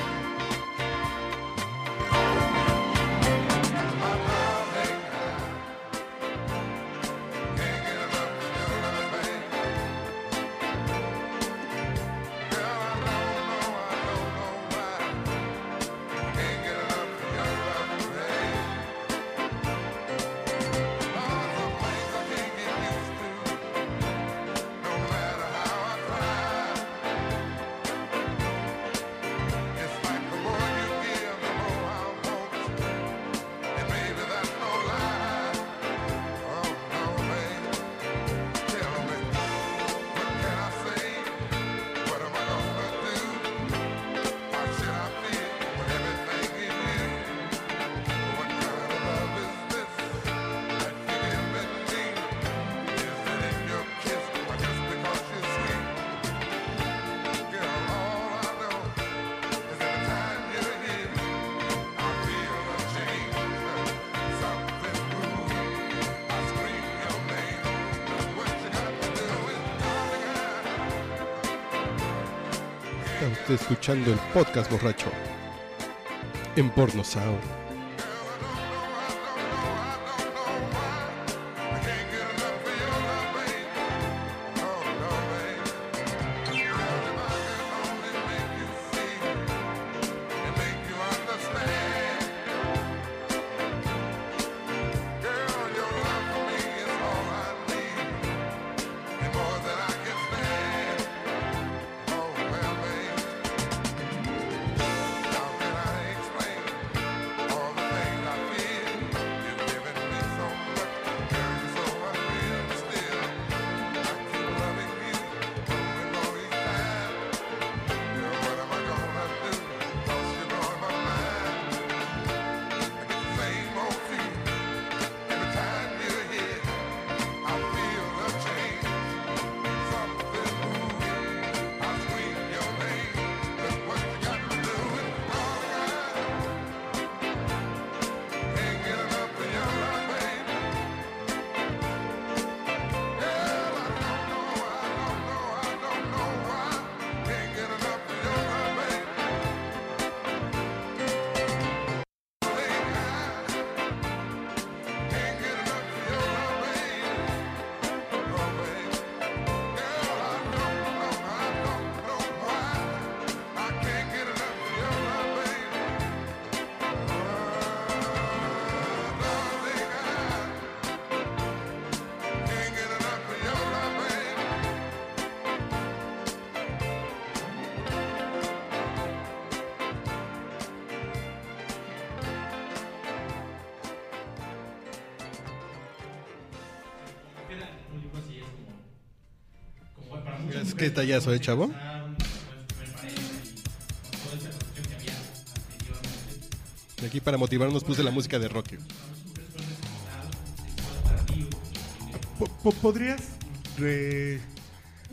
[SPEAKER 3] Está usted escuchando el podcast borracho en Porno Sound.
[SPEAKER 7] Queda un libro así, es como. como para muchas
[SPEAKER 3] Es que
[SPEAKER 7] mujeres,
[SPEAKER 3] tallazo, ¿eh, chavo?
[SPEAKER 7] ah, pues, me parece, y toda esa construcción que había anteriormente.
[SPEAKER 3] Y aquí para motivarnos puse la música de Rocky.
[SPEAKER 2] Po- po- ¿Podrías re-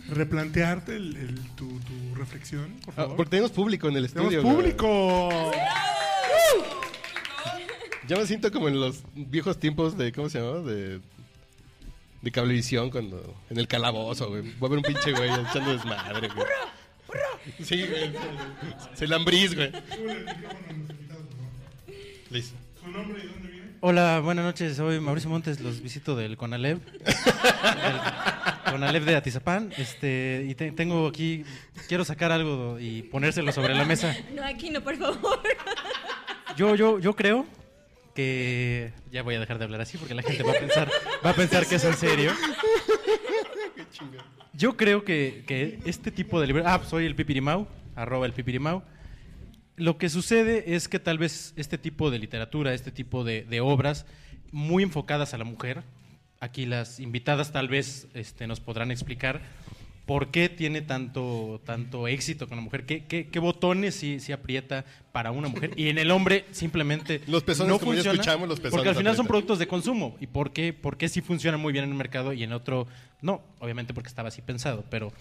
[SPEAKER 2] replantearte el- el- tu, tu reflexión, por
[SPEAKER 3] Ah,
[SPEAKER 2] favor?
[SPEAKER 3] porque tenemos público en el
[SPEAKER 2] ¡Tenemos
[SPEAKER 3] estudio. güey.
[SPEAKER 2] público!
[SPEAKER 3] Ya me siento como en los viejos tiempos de, ¿cómo se llamaba? De, de cablevisión, cuando, en el calabozo, güey. Va a haber un pinche güey echando desmadre, güey. Sí, güey. Se lambris, güey. Listo.
[SPEAKER 2] ¿Su nombre y dónde viene?
[SPEAKER 8] Hola, buenas noches. Soy Mauricio Montes, los visito del Conalep. El Conalep de Atizapán. Este, y te- tengo aquí, quiero sacar algo y ponérselo sobre la mesa.
[SPEAKER 9] No, aquí no, por favor.
[SPEAKER 8] Yo, yo, yo creo que ya voy a dejar de hablar así porque la gente va a pensar, va a pensar que es en serio. Yo creo que, que este tipo de libros. Ah, soy el Pipirimau, arroba el Pipirimau. Lo que sucede es que tal vez este tipo de literatura, este tipo de, de obras muy enfocadas a la mujer, aquí las invitadas tal vez este, nos podrán explicar por qué tiene tanto, tanto éxito con la mujer, qué, qué- qué botones sí, sí aprieta para una mujer y en el hombre simplemente
[SPEAKER 3] Los pezones,
[SPEAKER 8] no
[SPEAKER 3] como ya
[SPEAKER 8] funciona,
[SPEAKER 3] escuchamos, los pezones
[SPEAKER 8] porque al final son
[SPEAKER 3] aprietan.
[SPEAKER 8] productos de consumo y por qué, por qué sí funcionan muy bien en un mercado y en otro no, obviamente porque estaba así pensado, pero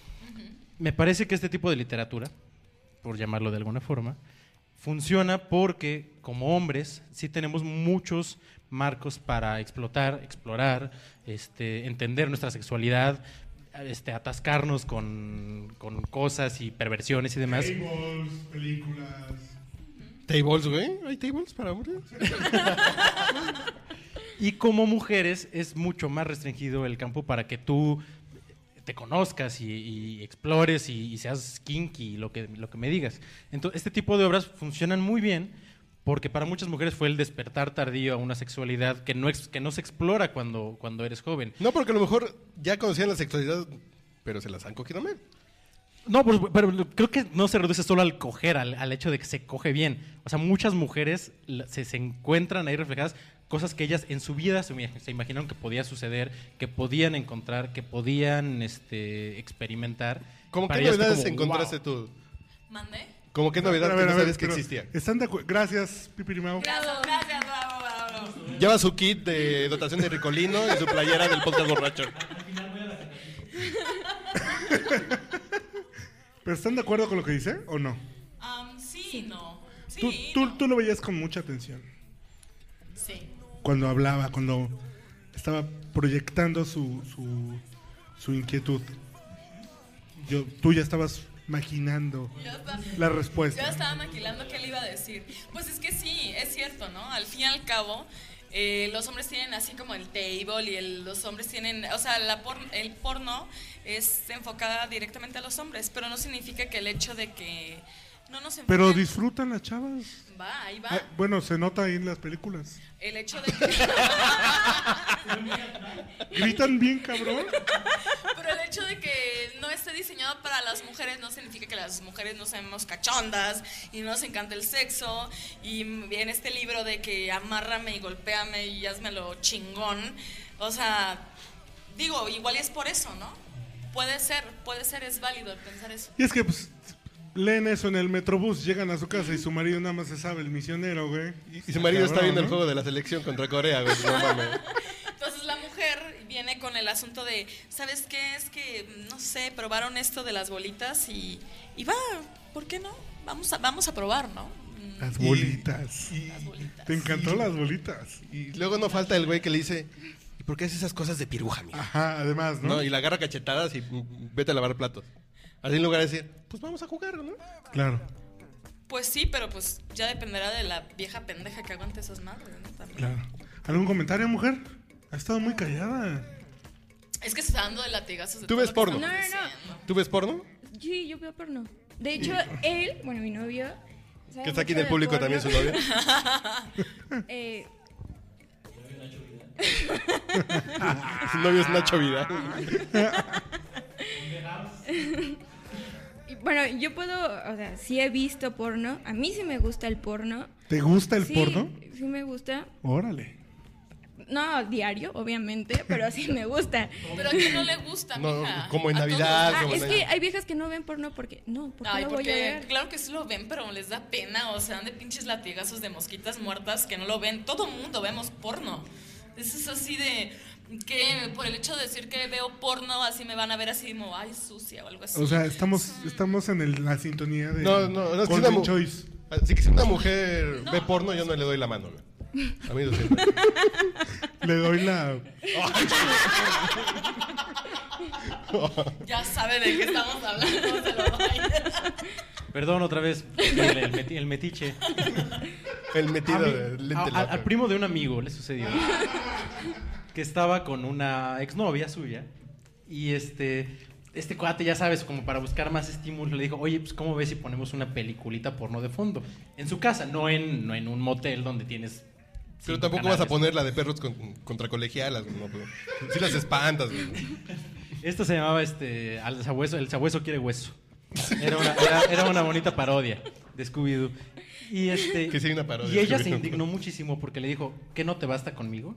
[SPEAKER 8] me parece que este tipo de literatura por llamarlo de alguna forma, funciona porque como hombres sí tenemos muchos marcos para explotar, explorar, este, entender nuestra sexualidad, este, atascarnos con, con cosas y perversiones y demás.
[SPEAKER 2] Tables, películas.
[SPEAKER 3] ¿Tables, güey? ¿Hay tables para hombres?
[SPEAKER 8] Y como mujeres es mucho más restringido el campo para que tú te conozcas y, y explores y, y seas kinky, lo que, lo que me digas. Entonces, este tipo de obras funcionan muy bien porque para muchas mujeres fue el despertar tardío a una sexualidad que no, ex- que no se explora cuando, cuando eres joven.
[SPEAKER 3] No, porque a lo mejor ya conocían la sexualidad, pero se las han cogido mal.
[SPEAKER 8] No, pues, pero lo- creo que no se reduce solo al coger, al, al hecho de que se coge bien. O sea, muchas mujeres la- se, se encuentran ahí reflejadas cosas que ellas en su vida se, ima- se imaginaron que podía suceder, que podían encontrar, que podían este, experimentar.
[SPEAKER 3] ¿Cómo
[SPEAKER 8] Para
[SPEAKER 3] qué
[SPEAKER 8] ellas fue
[SPEAKER 3] novedades
[SPEAKER 8] como,
[SPEAKER 3] encontraste
[SPEAKER 8] wow.
[SPEAKER 3] tú?
[SPEAKER 4] ¿Mandé?
[SPEAKER 3] ¿Cómo qué novedades
[SPEAKER 2] A
[SPEAKER 3] que
[SPEAKER 2] ver,
[SPEAKER 3] no
[SPEAKER 2] a ver,
[SPEAKER 3] sabías que
[SPEAKER 2] pero
[SPEAKER 3] existían?
[SPEAKER 2] ¿Están de acuerdo? Gracias, Pipirimao.
[SPEAKER 4] Bravo, gracias, bravo, bravo.
[SPEAKER 3] Lleva su kit de dotación de Ricolino y su playera del podcast borracho.
[SPEAKER 2] ¿Pero están de acuerdo con lo que dice o no?
[SPEAKER 4] Am, Um, sí, no. Sí,
[SPEAKER 2] tú, tú-
[SPEAKER 4] no.
[SPEAKER 2] tú lo veías con mucha atención.
[SPEAKER 4] Sí.
[SPEAKER 2] Cuando hablaba, cuando estaba proyectando su, su, su inquietud. Yo, tú ya estabas maquinando
[SPEAKER 4] Yo estaba,
[SPEAKER 2] la
[SPEAKER 4] yo
[SPEAKER 2] respuesta.
[SPEAKER 4] estaba maquilando qué le iba a decir. Pues es que sí, es cierto, ¿no? Al fin y al cabo, eh, los hombres tienen así como el table y el- los hombres tienen, o sea, la por- el porno es enfocada directamente a los hombres, pero no significa que el hecho de que no nos
[SPEAKER 2] Pero
[SPEAKER 4] enfoquen-
[SPEAKER 2] disfrutan las chavas.
[SPEAKER 4] va, ahí va.
[SPEAKER 2] Ah, bueno, se nota ahí en las películas.
[SPEAKER 4] El hecho de que
[SPEAKER 2] Gritan bien, cabrón.
[SPEAKER 4] Pero el hecho de que no esté diseñado para las mujeres no significa que las mujeres no seamos cachondas y no nos encanta el sexo. Y en este libro de que amárrame y golpéame y hazmelo chingón. O sea, digo, igual y es por eso, ¿no? Puede ser, puede ser, es válido el pensar eso.
[SPEAKER 2] Y es que, pues, leen eso en el metrobús, llegan a su casa y su marido nada más se sabe el misionero, güey.
[SPEAKER 3] Y su marido está
[SPEAKER 2] Cabrón,
[SPEAKER 3] viendo el
[SPEAKER 2] ¿no?
[SPEAKER 3] juego de la selección contra Corea, güey. No mames.
[SPEAKER 4] Entonces la mujer viene con el asunto de, ¿sabes qué? Es que, no sé, probaron esto de las bolitas y, y va, ¿por qué no? Vamos a, vamos a probar, ¿no? Mm,
[SPEAKER 2] Las bolitas.
[SPEAKER 4] Las bolitas.
[SPEAKER 2] Te encantó las bolitas.
[SPEAKER 3] Y luego no falta el güey que le dice, ¿y por qué haces esas cosas de piruja, mija?
[SPEAKER 2] Ajá, además, ¿no?
[SPEAKER 3] No, y la agarra a cachetadas y mm, vete a lavar platos. Así en lugar de decir, pues vamos a jugar, ¿no?
[SPEAKER 2] Claro,
[SPEAKER 4] Pues sí, pero pues ya dependerá de la vieja pendeja que aguante esas madres, ¿no? También.
[SPEAKER 2] claro. ¿Algún comentario, mujer? Ha estado muy callada.
[SPEAKER 4] Es que se está dando de latigazos. de
[SPEAKER 3] ¿Tú
[SPEAKER 4] todo
[SPEAKER 3] ves
[SPEAKER 4] lo que
[SPEAKER 3] porno?
[SPEAKER 4] estamos
[SPEAKER 1] No, no, no.
[SPEAKER 4] diciendo.
[SPEAKER 3] ¿Tú ves porno?
[SPEAKER 1] Sí, yo veo porno. De hecho, él, bueno, mi novio. sabe
[SPEAKER 3] Que está
[SPEAKER 1] mucho
[SPEAKER 3] aquí en el
[SPEAKER 1] de
[SPEAKER 3] público
[SPEAKER 1] porno.
[SPEAKER 3] también su novio.
[SPEAKER 1] Eh,
[SPEAKER 3] Su novio es Nacho Vidal.
[SPEAKER 1] y bueno, yo puedo, o sea, sí he visto porno. A mí sí me gusta el porno.
[SPEAKER 2] ¿Te gusta el
[SPEAKER 1] sí,
[SPEAKER 2] porno?
[SPEAKER 1] Sí me gusta.
[SPEAKER 2] Órale.
[SPEAKER 1] No diario, obviamente, pero sí me gusta.
[SPEAKER 4] Pero a quién no le gusta,
[SPEAKER 3] No,
[SPEAKER 4] mija.
[SPEAKER 3] como en
[SPEAKER 4] A
[SPEAKER 3] Navidad,
[SPEAKER 4] todos.
[SPEAKER 1] Ah,
[SPEAKER 3] como
[SPEAKER 1] es
[SPEAKER 3] no.
[SPEAKER 1] que hay viejas que no ven porno porque no, porque
[SPEAKER 4] Ay,
[SPEAKER 1] lo voy a
[SPEAKER 4] porque
[SPEAKER 1] ver.
[SPEAKER 4] claro que sí lo ven, pero les da pena. O sea, dan de pinches latigazos de mosquitas muertas que no lo ven. Todo mundo vemos porno. Eso es así de que por el hecho de decir que veo porno, así me van a ver así como, ay, sucia o algo así.
[SPEAKER 2] O sea, estamos, estamos en el- la sintonía de
[SPEAKER 3] No, no, no, es que
[SPEAKER 2] Golden
[SPEAKER 3] una mu-
[SPEAKER 2] Choice.
[SPEAKER 3] Así que si una mujer ve porno, yo no le doy la mano, güey. A mí no siempre.
[SPEAKER 2] Le doy la...
[SPEAKER 4] Ya sabe de qué estamos hablando. se lo vaya.
[SPEAKER 8] Perdón otra vez el, el meti- el metiche.
[SPEAKER 3] El metido
[SPEAKER 8] A mí-
[SPEAKER 3] de lente
[SPEAKER 8] a- al-
[SPEAKER 3] largo.
[SPEAKER 8] al primo de un amigo le sucedió que estaba con una exnovia suya y este este cuate ya sabes como para buscar más estímulo le dijo oye pues cómo ves si ponemos una peliculita porno de fondo en su casa no en no en un motel donde tienes
[SPEAKER 3] Pero
[SPEAKER 8] cinco
[SPEAKER 3] tampoco vas a
[SPEAKER 8] canales.
[SPEAKER 3] poner la de perros con- contra colegialas, güey, no, pues. Sí las espantas, güey.
[SPEAKER 8] Esta se llamaba este, Al Sabueso, El Sabueso Quiere Hueso. Era una, era- era una bonita parodia de Scooby-Doo. Y, este,
[SPEAKER 3] Que sí hay una parodia
[SPEAKER 8] y
[SPEAKER 3] de
[SPEAKER 8] ella se
[SPEAKER 3] Scooby-Doo.
[SPEAKER 8] indignó muchísimo porque le dijo, ¿qué no te basta conmigo?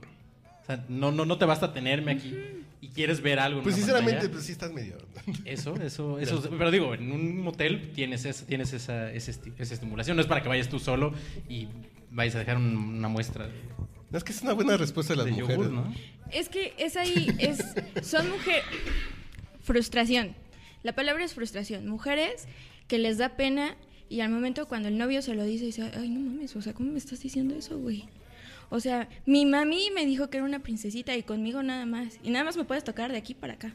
[SPEAKER 8] O sea, no, no, no te basta tenerme aquí y quieres ver algo. en
[SPEAKER 3] Pues
[SPEAKER 8] una
[SPEAKER 3] sinceramente,
[SPEAKER 8] pantalla".
[SPEAKER 3] pues sí estás medio.
[SPEAKER 8] Eso, eso, eso. Pero digo, en un motel tienes, esa, tienes esa, ese esti- esa estimulación. No es para que vayas tú solo y vayas a dejar un- una muestra de,
[SPEAKER 3] No, Es que es una buena respuesta de las
[SPEAKER 8] de
[SPEAKER 3] mujeres.
[SPEAKER 8] yogur, ¿no?
[SPEAKER 1] Es que es ahí, es, son mujeres... Frustración. La palabra es frustración. Mujeres que les da pena Y al momento cuando el novio se lo dice, dice, ay, no mames, o sea, ¿cómo me estás diciendo eso, güey? O sea, mi mami me dijo que era una princesita y conmigo nada más. Y nada más me puedes tocar de aquí para acá.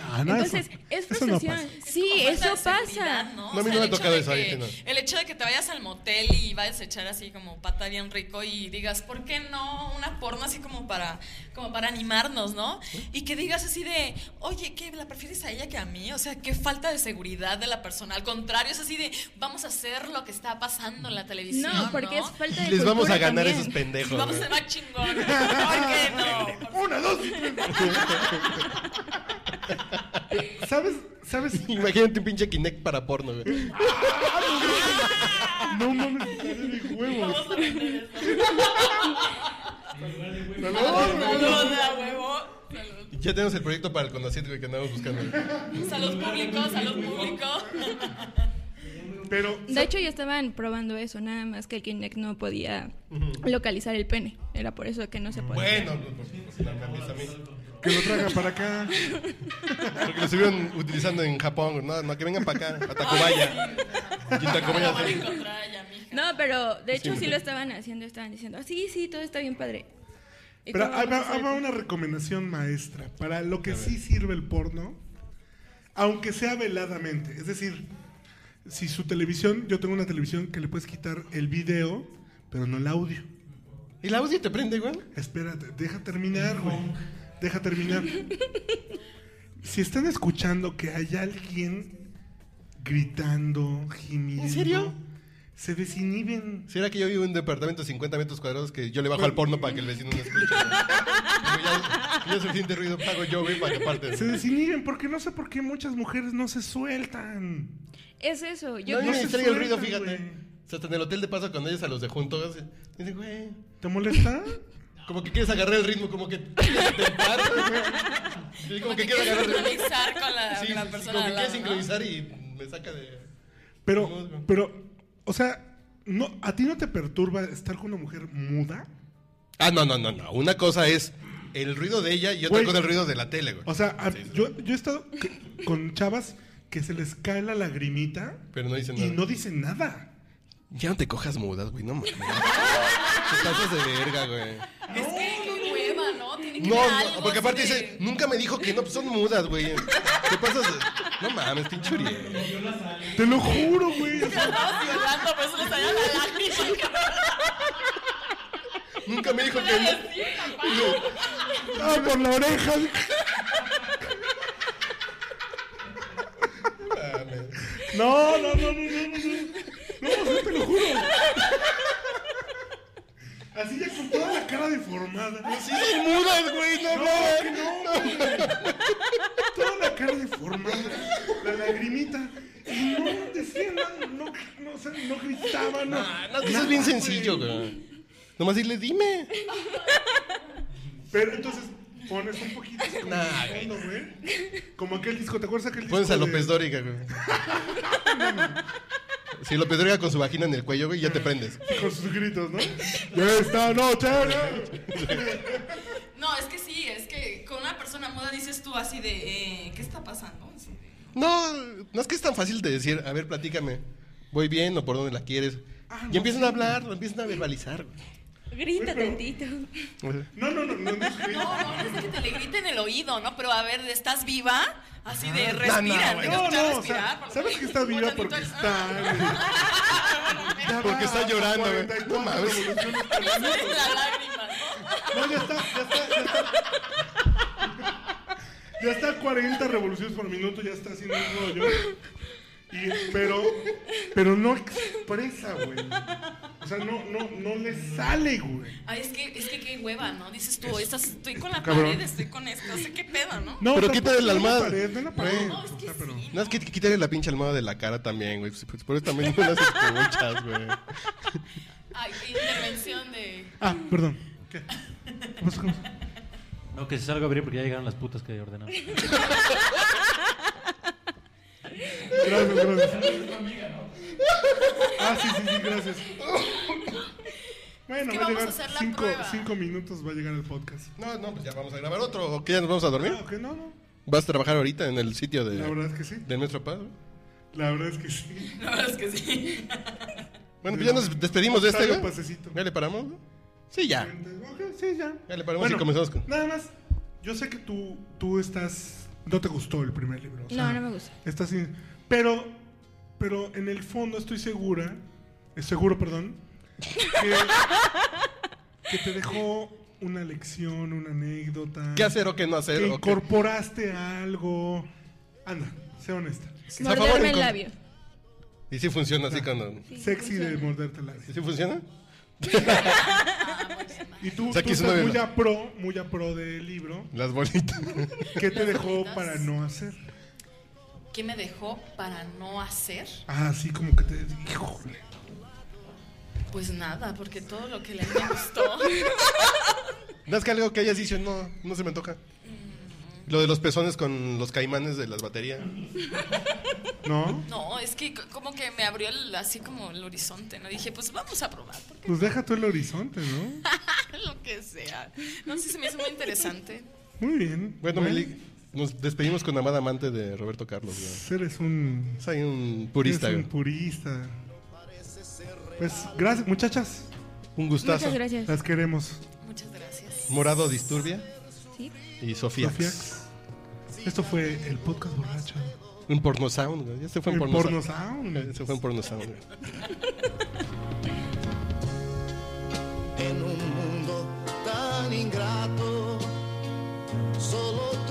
[SPEAKER 3] Ah,
[SPEAKER 2] No, no,
[SPEAKER 1] Entonces,
[SPEAKER 2] eso-
[SPEAKER 1] es
[SPEAKER 2] eso no
[SPEAKER 1] frustración.
[SPEAKER 2] pasa.
[SPEAKER 1] sí,
[SPEAKER 4] como falta
[SPEAKER 1] eso
[SPEAKER 4] de seguridad,
[SPEAKER 1] pasa.
[SPEAKER 4] ¿no?
[SPEAKER 3] No, a mí no
[SPEAKER 4] el
[SPEAKER 3] me ha
[SPEAKER 4] hecho
[SPEAKER 3] tocado
[SPEAKER 4] de
[SPEAKER 3] eso,
[SPEAKER 4] que-
[SPEAKER 3] fíjate, no.
[SPEAKER 4] El hecho de que te vayas al motel y vayas a echar así como pata bien rico y digas, ¿por qué no una porno así como para, como para animarnos, no? Y que digas así de, oye, ¿qué? ¿La prefieres a ella que a mí? O sea, qué falta de seguridad de la persona. Al contrario, es así de, vamos a hacer lo que está pasando en la televisión.
[SPEAKER 1] No, porque es falta de
[SPEAKER 3] Les vamos a
[SPEAKER 1] cultura
[SPEAKER 3] ganar
[SPEAKER 1] también.
[SPEAKER 3] esos pendejos.
[SPEAKER 4] Vamos a
[SPEAKER 3] güey.
[SPEAKER 4] ser más chingón. ¿Por qué no? Por
[SPEAKER 2] Una, dos y tres. ¿Sabes? ¿Sabes?
[SPEAKER 3] Imagínate un pinche Kinect para porno, güey.
[SPEAKER 2] No mames, estaría de huevos.
[SPEAKER 4] Vamos a vender esto. Salud,
[SPEAKER 2] Salud.
[SPEAKER 4] a huevo. Salud.
[SPEAKER 3] Ya tenemos el proyecto para el Conocit, güey, que andamos buscando. güey.
[SPEAKER 4] Salud público, salud público.
[SPEAKER 2] Pero,
[SPEAKER 1] De hecho, ya estaban probando eso, nada más que el Kinect no podía localizar el pene. Era por eso que no se podía.
[SPEAKER 3] Bueno, pues, pues, no me avisa a mí.
[SPEAKER 2] que lo traigan para acá.
[SPEAKER 3] Porque lo estuvieron utilizando en Japón, güey. No, no, que vengan para acá, a Tacubaya. Y en Tacubaya,
[SPEAKER 4] Lo van a
[SPEAKER 3] güey.
[SPEAKER 4] encontrar allá, mija.
[SPEAKER 1] No, pero de hecho sí lo estaban haciendo, estaban diciendo, "Ah, sí, sí, todo está bien padre. ¿Y
[SPEAKER 2] Pero
[SPEAKER 1] cómo
[SPEAKER 2] ahí
[SPEAKER 1] vamos a
[SPEAKER 2] va,
[SPEAKER 1] hacer?
[SPEAKER 2] ahí va una recomendación maestra para lo que sí sirve el porno, aunque sea veladamente. Es decir, si su televisión, yo tengo una televisión que le puedes quitar el video, pero no el audio.
[SPEAKER 3] ¿Y la audio te prende, güey?
[SPEAKER 2] Espérate, deja terminar, güey. Deja terminar. si están escuchando que hay alguien gritando, gimiendo,
[SPEAKER 3] ¿En serio?
[SPEAKER 2] se desinhiben.
[SPEAKER 3] ¿Será que yo vivo en un departamento de 50 metros cuadrados que yo le bajo al porno para que el vecino no escuche? güey? Digo, Ya, ya suficiente ruido pago yo, güey, para que aparte.
[SPEAKER 2] Se desinhiben porque no sé por qué muchas mujeres no se sueltan.
[SPEAKER 1] Es eso, yo
[SPEAKER 3] No, a mí
[SPEAKER 1] creo
[SPEAKER 3] me
[SPEAKER 2] se
[SPEAKER 3] distrae el ruido,
[SPEAKER 2] sueltan,
[SPEAKER 3] fíjate.
[SPEAKER 2] güey.
[SPEAKER 3] O sea, hasta en el hotel de paso cuando ellos a los de junto, güey, dicen, güey,
[SPEAKER 2] ¿Te molesta?
[SPEAKER 3] como que quieres agarrar el ritmo, como que te paras, güey. Sí,
[SPEAKER 4] Como
[SPEAKER 3] como
[SPEAKER 4] que
[SPEAKER 3] que quieres
[SPEAKER 4] quieres
[SPEAKER 3] agarrar el ritmo.
[SPEAKER 4] sincronizar con la,
[SPEAKER 3] Sí,
[SPEAKER 4] con la
[SPEAKER 3] sí, sí,
[SPEAKER 4] persona
[SPEAKER 3] como
[SPEAKER 4] al
[SPEAKER 3] que
[SPEAKER 4] lado,
[SPEAKER 3] quieres
[SPEAKER 4] ¿no?
[SPEAKER 3] sincronizar y me saca de...
[SPEAKER 2] Pero,
[SPEAKER 3] Hermoso.
[SPEAKER 2] pero, o sea, no, ¿a ti no te perturba estar con una mujer muda?
[SPEAKER 3] Ah, no, no, no, no. Una cosa es el ruido de ella y otra
[SPEAKER 2] Güey.
[SPEAKER 3] cosa el ruido de la tele, güey.
[SPEAKER 2] O sea, a- yo, yo he estado c- con chavas que se les cae la lagrimita
[SPEAKER 3] Pero no dicen nada.
[SPEAKER 2] y no dicen nada.
[SPEAKER 3] Ya no te cojas mudas, güey, no mames. Te pasas de verga, güey.
[SPEAKER 4] Es que qué hueva, ¿no? Tiene que
[SPEAKER 3] No,
[SPEAKER 4] haber
[SPEAKER 3] no,
[SPEAKER 4] algo
[SPEAKER 3] porque aparte
[SPEAKER 4] así de-
[SPEAKER 3] dice, nunca me dijo que no, pues son mudas, güey. Te pasas de... No mames, pinche Uriel.
[SPEAKER 2] Te lo juro, güey. O sea,
[SPEAKER 4] Estabas violando, por eso le salía la lágrima.
[SPEAKER 3] Nunca me dijo que no.
[SPEAKER 4] Sí, papá.
[SPEAKER 2] ah, por la oreja. No, no, no, no, no, no. No, no, o sea, te lo juro. Así ya con toda la cara deformada.
[SPEAKER 3] pues Sí son mudas, güey, no
[SPEAKER 2] No,
[SPEAKER 3] mames.
[SPEAKER 2] que no, güey. Toda la cara deformada, la lagrimita. Y no decía nada, no, no, o sea, no gritaba, no.
[SPEAKER 3] Ah, No, que eso es bien sencillo, güey. Nomás dile, dime.
[SPEAKER 2] Pero entonces pones un poquito así como,
[SPEAKER 3] Nah,
[SPEAKER 2] de fondo, güey. como aquel disco, ¿te acuerdas aquel disco?
[SPEAKER 3] Pones a
[SPEAKER 2] de-
[SPEAKER 3] López Dóriga, güey. Si López Dóriga con su vagina en el cuello, güey, ya te prendes.
[SPEAKER 2] Con sus gritos, ¿no? Ya esta noche. ¿no?
[SPEAKER 4] No, es que sí, es que con una persona muda dices tú así de, eh, ¿qué está pasando? Así de,
[SPEAKER 3] No, no es que es tan fácil de decir, a ver, platícame. ¿Voy bien o por dónde la quieres?
[SPEAKER 2] Ah,
[SPEAKER 3] y
[SPEAKER 2] no,
[SPEAKER 3] empiezan
[SPEAKER 2] sí.
[SPEAKER 3] a hablar, lo empiezan a verbalizar, güey.
[SPEAKER 1] grita
[SPEAKER 2] Pero-
[SPEAKER 1] tantito.
[SPEAKER 2] No, no, no, no, no, es grito.
[SPEAKER 4] No, no, es que te le griten el oído, ¿no? Pero a ver, ¿estás viva? Así de,
[SPEAKER 3] no,
[SPEAKER 4] respira,
[SPEAKER 3] güey.
[SPEAKER 4] te
[SPEAKER 2] No,
[SPEAKER 4] escuchas
[SPEAKER 2] no, o
[SPEAKER 4] respirar,
[SPEAKER 2] sea,
[SPEAKER 4] por lo
[SPEAKER 2] sabes
[SPEAKER 4] menos.
[SPEAKER 2] que está viva
[SPEAKER 4] Bueno,
[SPEAKER 2] porque
[SPEAKER 4] entonces,
[SPEAKER 2] está. ya
[SPEAKER 3] Porque
[SPEAKER 2] va
[SPEAKER 3] está
[SPEAKER 2] a
[SPEAKER 3] llorando, güey.
[SPEAKER 2] 44
[SPEAKER 3] No mames.
[SPEAKER 2] revoluciones por
[SPEAKER 4] ah,
[SPEAKER 2] minuto.
[SPEAKER 4] la lágrima,
[SPEAKER 2] No,
[SPEAKER 4] ¿no?
[SPEAKER 2] ya está, ya está, ya está. Ya está a 40 revoluciones por minuto, ya está haciendo un rollo. Y- pero, pero no expresa, güey. O sea, no, no, no le sale, güey.
[SPEAKER 4] Ay, es que, es que qué hueva, ¿no? Dices tú, estás, estoy con la
[SPEAKER 2] Cabrón.
[SPEAKER 4] pared, estoy con esto, no sé qué pedo, ¿no?
[SPEAKER 2] No,
[SPEAKER 3] Pero
[SPEAKER 2] tampoco
[SPEAKER 3] quítale la
[SPEAKER 2] en
[SPEAKER 3] almohada.
[SPEAKER 2] pared, no en la pared.
[SPEAKER 4] No, es que
[SPEAKER 2] O sea, pero-
[SPEAKER 4] sí.
[SPEAKER 3] No, es que quitarle la pinche almohada de la cara también, güey. Pues, Por eso también no las escuchas, güey.
[SPEAKER 4] Ay, qué intervención de...
[SPEAKER 2] Ah, perdón. ¿Qué? ¿Qué pasó? ¿Cómo?
[SPEAKER 9] No, que se salga a abrir porque ya llegaron las putas que ordenaron.
[SPEAKER 2] Gracias, gracias. Ah, sí, sí, sí, gracias. Bueno,
[SPEAKER 4] que
[SPEAKER 2] va a
[SPEAKER 4] vamos a
[SPEAKER 2] llegar
[SPEAKER 4] hacer la
[SPEAKER 2] cinco,
[SPEAKER 4] prueba.
[SPEAKER 2] cinco minutos, va a llegar el podcast.
[SPEAKER 3] No, no, pues ya vamos a grabar otro. ¿O qué? ¿Ya nos vamos a dormir?
[SPEAKER 2] Ah, ok, no, no.
[SPEAKER 3] ¿Vas a trabajar ahorita en el sitio de,
[SPEAKER 2] La verdad es que sí.
[SPEAKER 3] de nuestro padre?
[SPEAKER 2] La verdad es que sí.
[SPEAKER 4] La verdad es que sí.
[SPEAKER 3] Bueno, pues ya nos despedimos de este,
[SPEAKER 2] Sale
[SPEAKER 3] güey.
[SPEAKER 2] un pasecito.
[SPEAKER 3] ¿Ya le paramos? güey? Sí, ya.
[SPEAKER 2] Ok, sí, ya.
[SPEAKER 3] Ya le paramos y comenzamos con-
[SPEAKER 2] Nada más, yo sé que tú, tú estás. No te gustó el primer libro. o sea,
[SPEAKER 1] No, no me gusta.
[SPEAKER 2] Estás sin- Pero, pero en el fondo estoy segura, eh, seguro, perdón, que, que te dejó una lección, una anécdota.
[SPEAKER 3] ¿Qué hacer o qué no hacer?
[SPEAKER 2] Que
[SPEAKER 3] o qué-
[SPEAKER 2] incorporaste algo. Anda, sé honesta.
[SPEAKER 3] favor,
[SPEAKER 1] Morderme el
[SPEAKER 3] encon-
[SPEAKER 1] labio.
[SPEAKER 3] Y sí funciona
[SPEAKER 2] Ah.
[SPEAKER 3] así cuando...
[SPEAKER 2] Sexy de morderte la
[SPEAKER 3] ¿Y sí funciona?
[SPEAKER 2] Y tú,
[SPEAKER 3] O sea,
[SPEAKER 2] tú
[SPEAKER 3] que es una
[SPEAKER 2] estás
[SPEAKER 3] de
[SPEAKER 2] muy
[SPEAKER 3] la-
[SPEAKER 2] a pro, muy a pro del libro.
[SPEAKER 3] Las bolitas.
[SPEAKER 2] ¿Qué te dejó para no hacer?
[SPEAKER 4] ¿Qué me dejó para no hacer?
[SPEAKER 2] Ah, sí, como que te... Híjole.
[SPEAKER 4] Pues nada, porque todo lo que le me gustó.
[SPEAKER 3] No es que algo que hayas dicho, no, no se me toca. Lo de los pezones con los caimanes de las baterías.
[SPEAKER 2] ¿No?
[SPEAKER 4] No, es que co- como que me abrió el- así como el horizonte, ¿no? Dije, pues vamos a probar, porque
[SPEAKER 2] Pues deja tú el horizonte, ¿no?
[SPEAKER 4] lo que sea. No sé, se me hizo muy interesante.
[SPEAKER 2] Muy bien. Pues,
[SPEAKER 3] Bueno, Milik, nos despedimos con Amada Amante de Roberto Carlos. güey.
[SPEAKER 2] Eres un...
[SPEAKER 3] Soy un purista.
[SPEAKER 2] eres
[SPEAKER 3] güey.
[SPEAKER 2] un purista. Pues gracias, muchachas.
[SPEAKER 3] Un gustazo.
[SPEAKER 1] Muchas gracias.
[SPEAKER 2] Las queremos.
[SPEAKER 4] Muchas gracias.
[SPEAKER 3] Morado Disturbia
[SPEAKER 1] Sí.
[SPEAKER 3] y Sofía.
[SPEAKER 2] Sofiax. Esto fue el podcast borracho.
[SPEAKER 3] Un porno sound. güey. Ya se fue
[SPEAKER 2] El
[SPEAKER 3] un porno,
[SPEAKER 2] porno
[SPEAKER 3] sound.
[SPEAKER 2] sound.
[SPEAKER 3] Se fue un porno sound. güey.
[SPEAKER 6] um
[SPEAKER 5] en un mundo tan ingrato, solo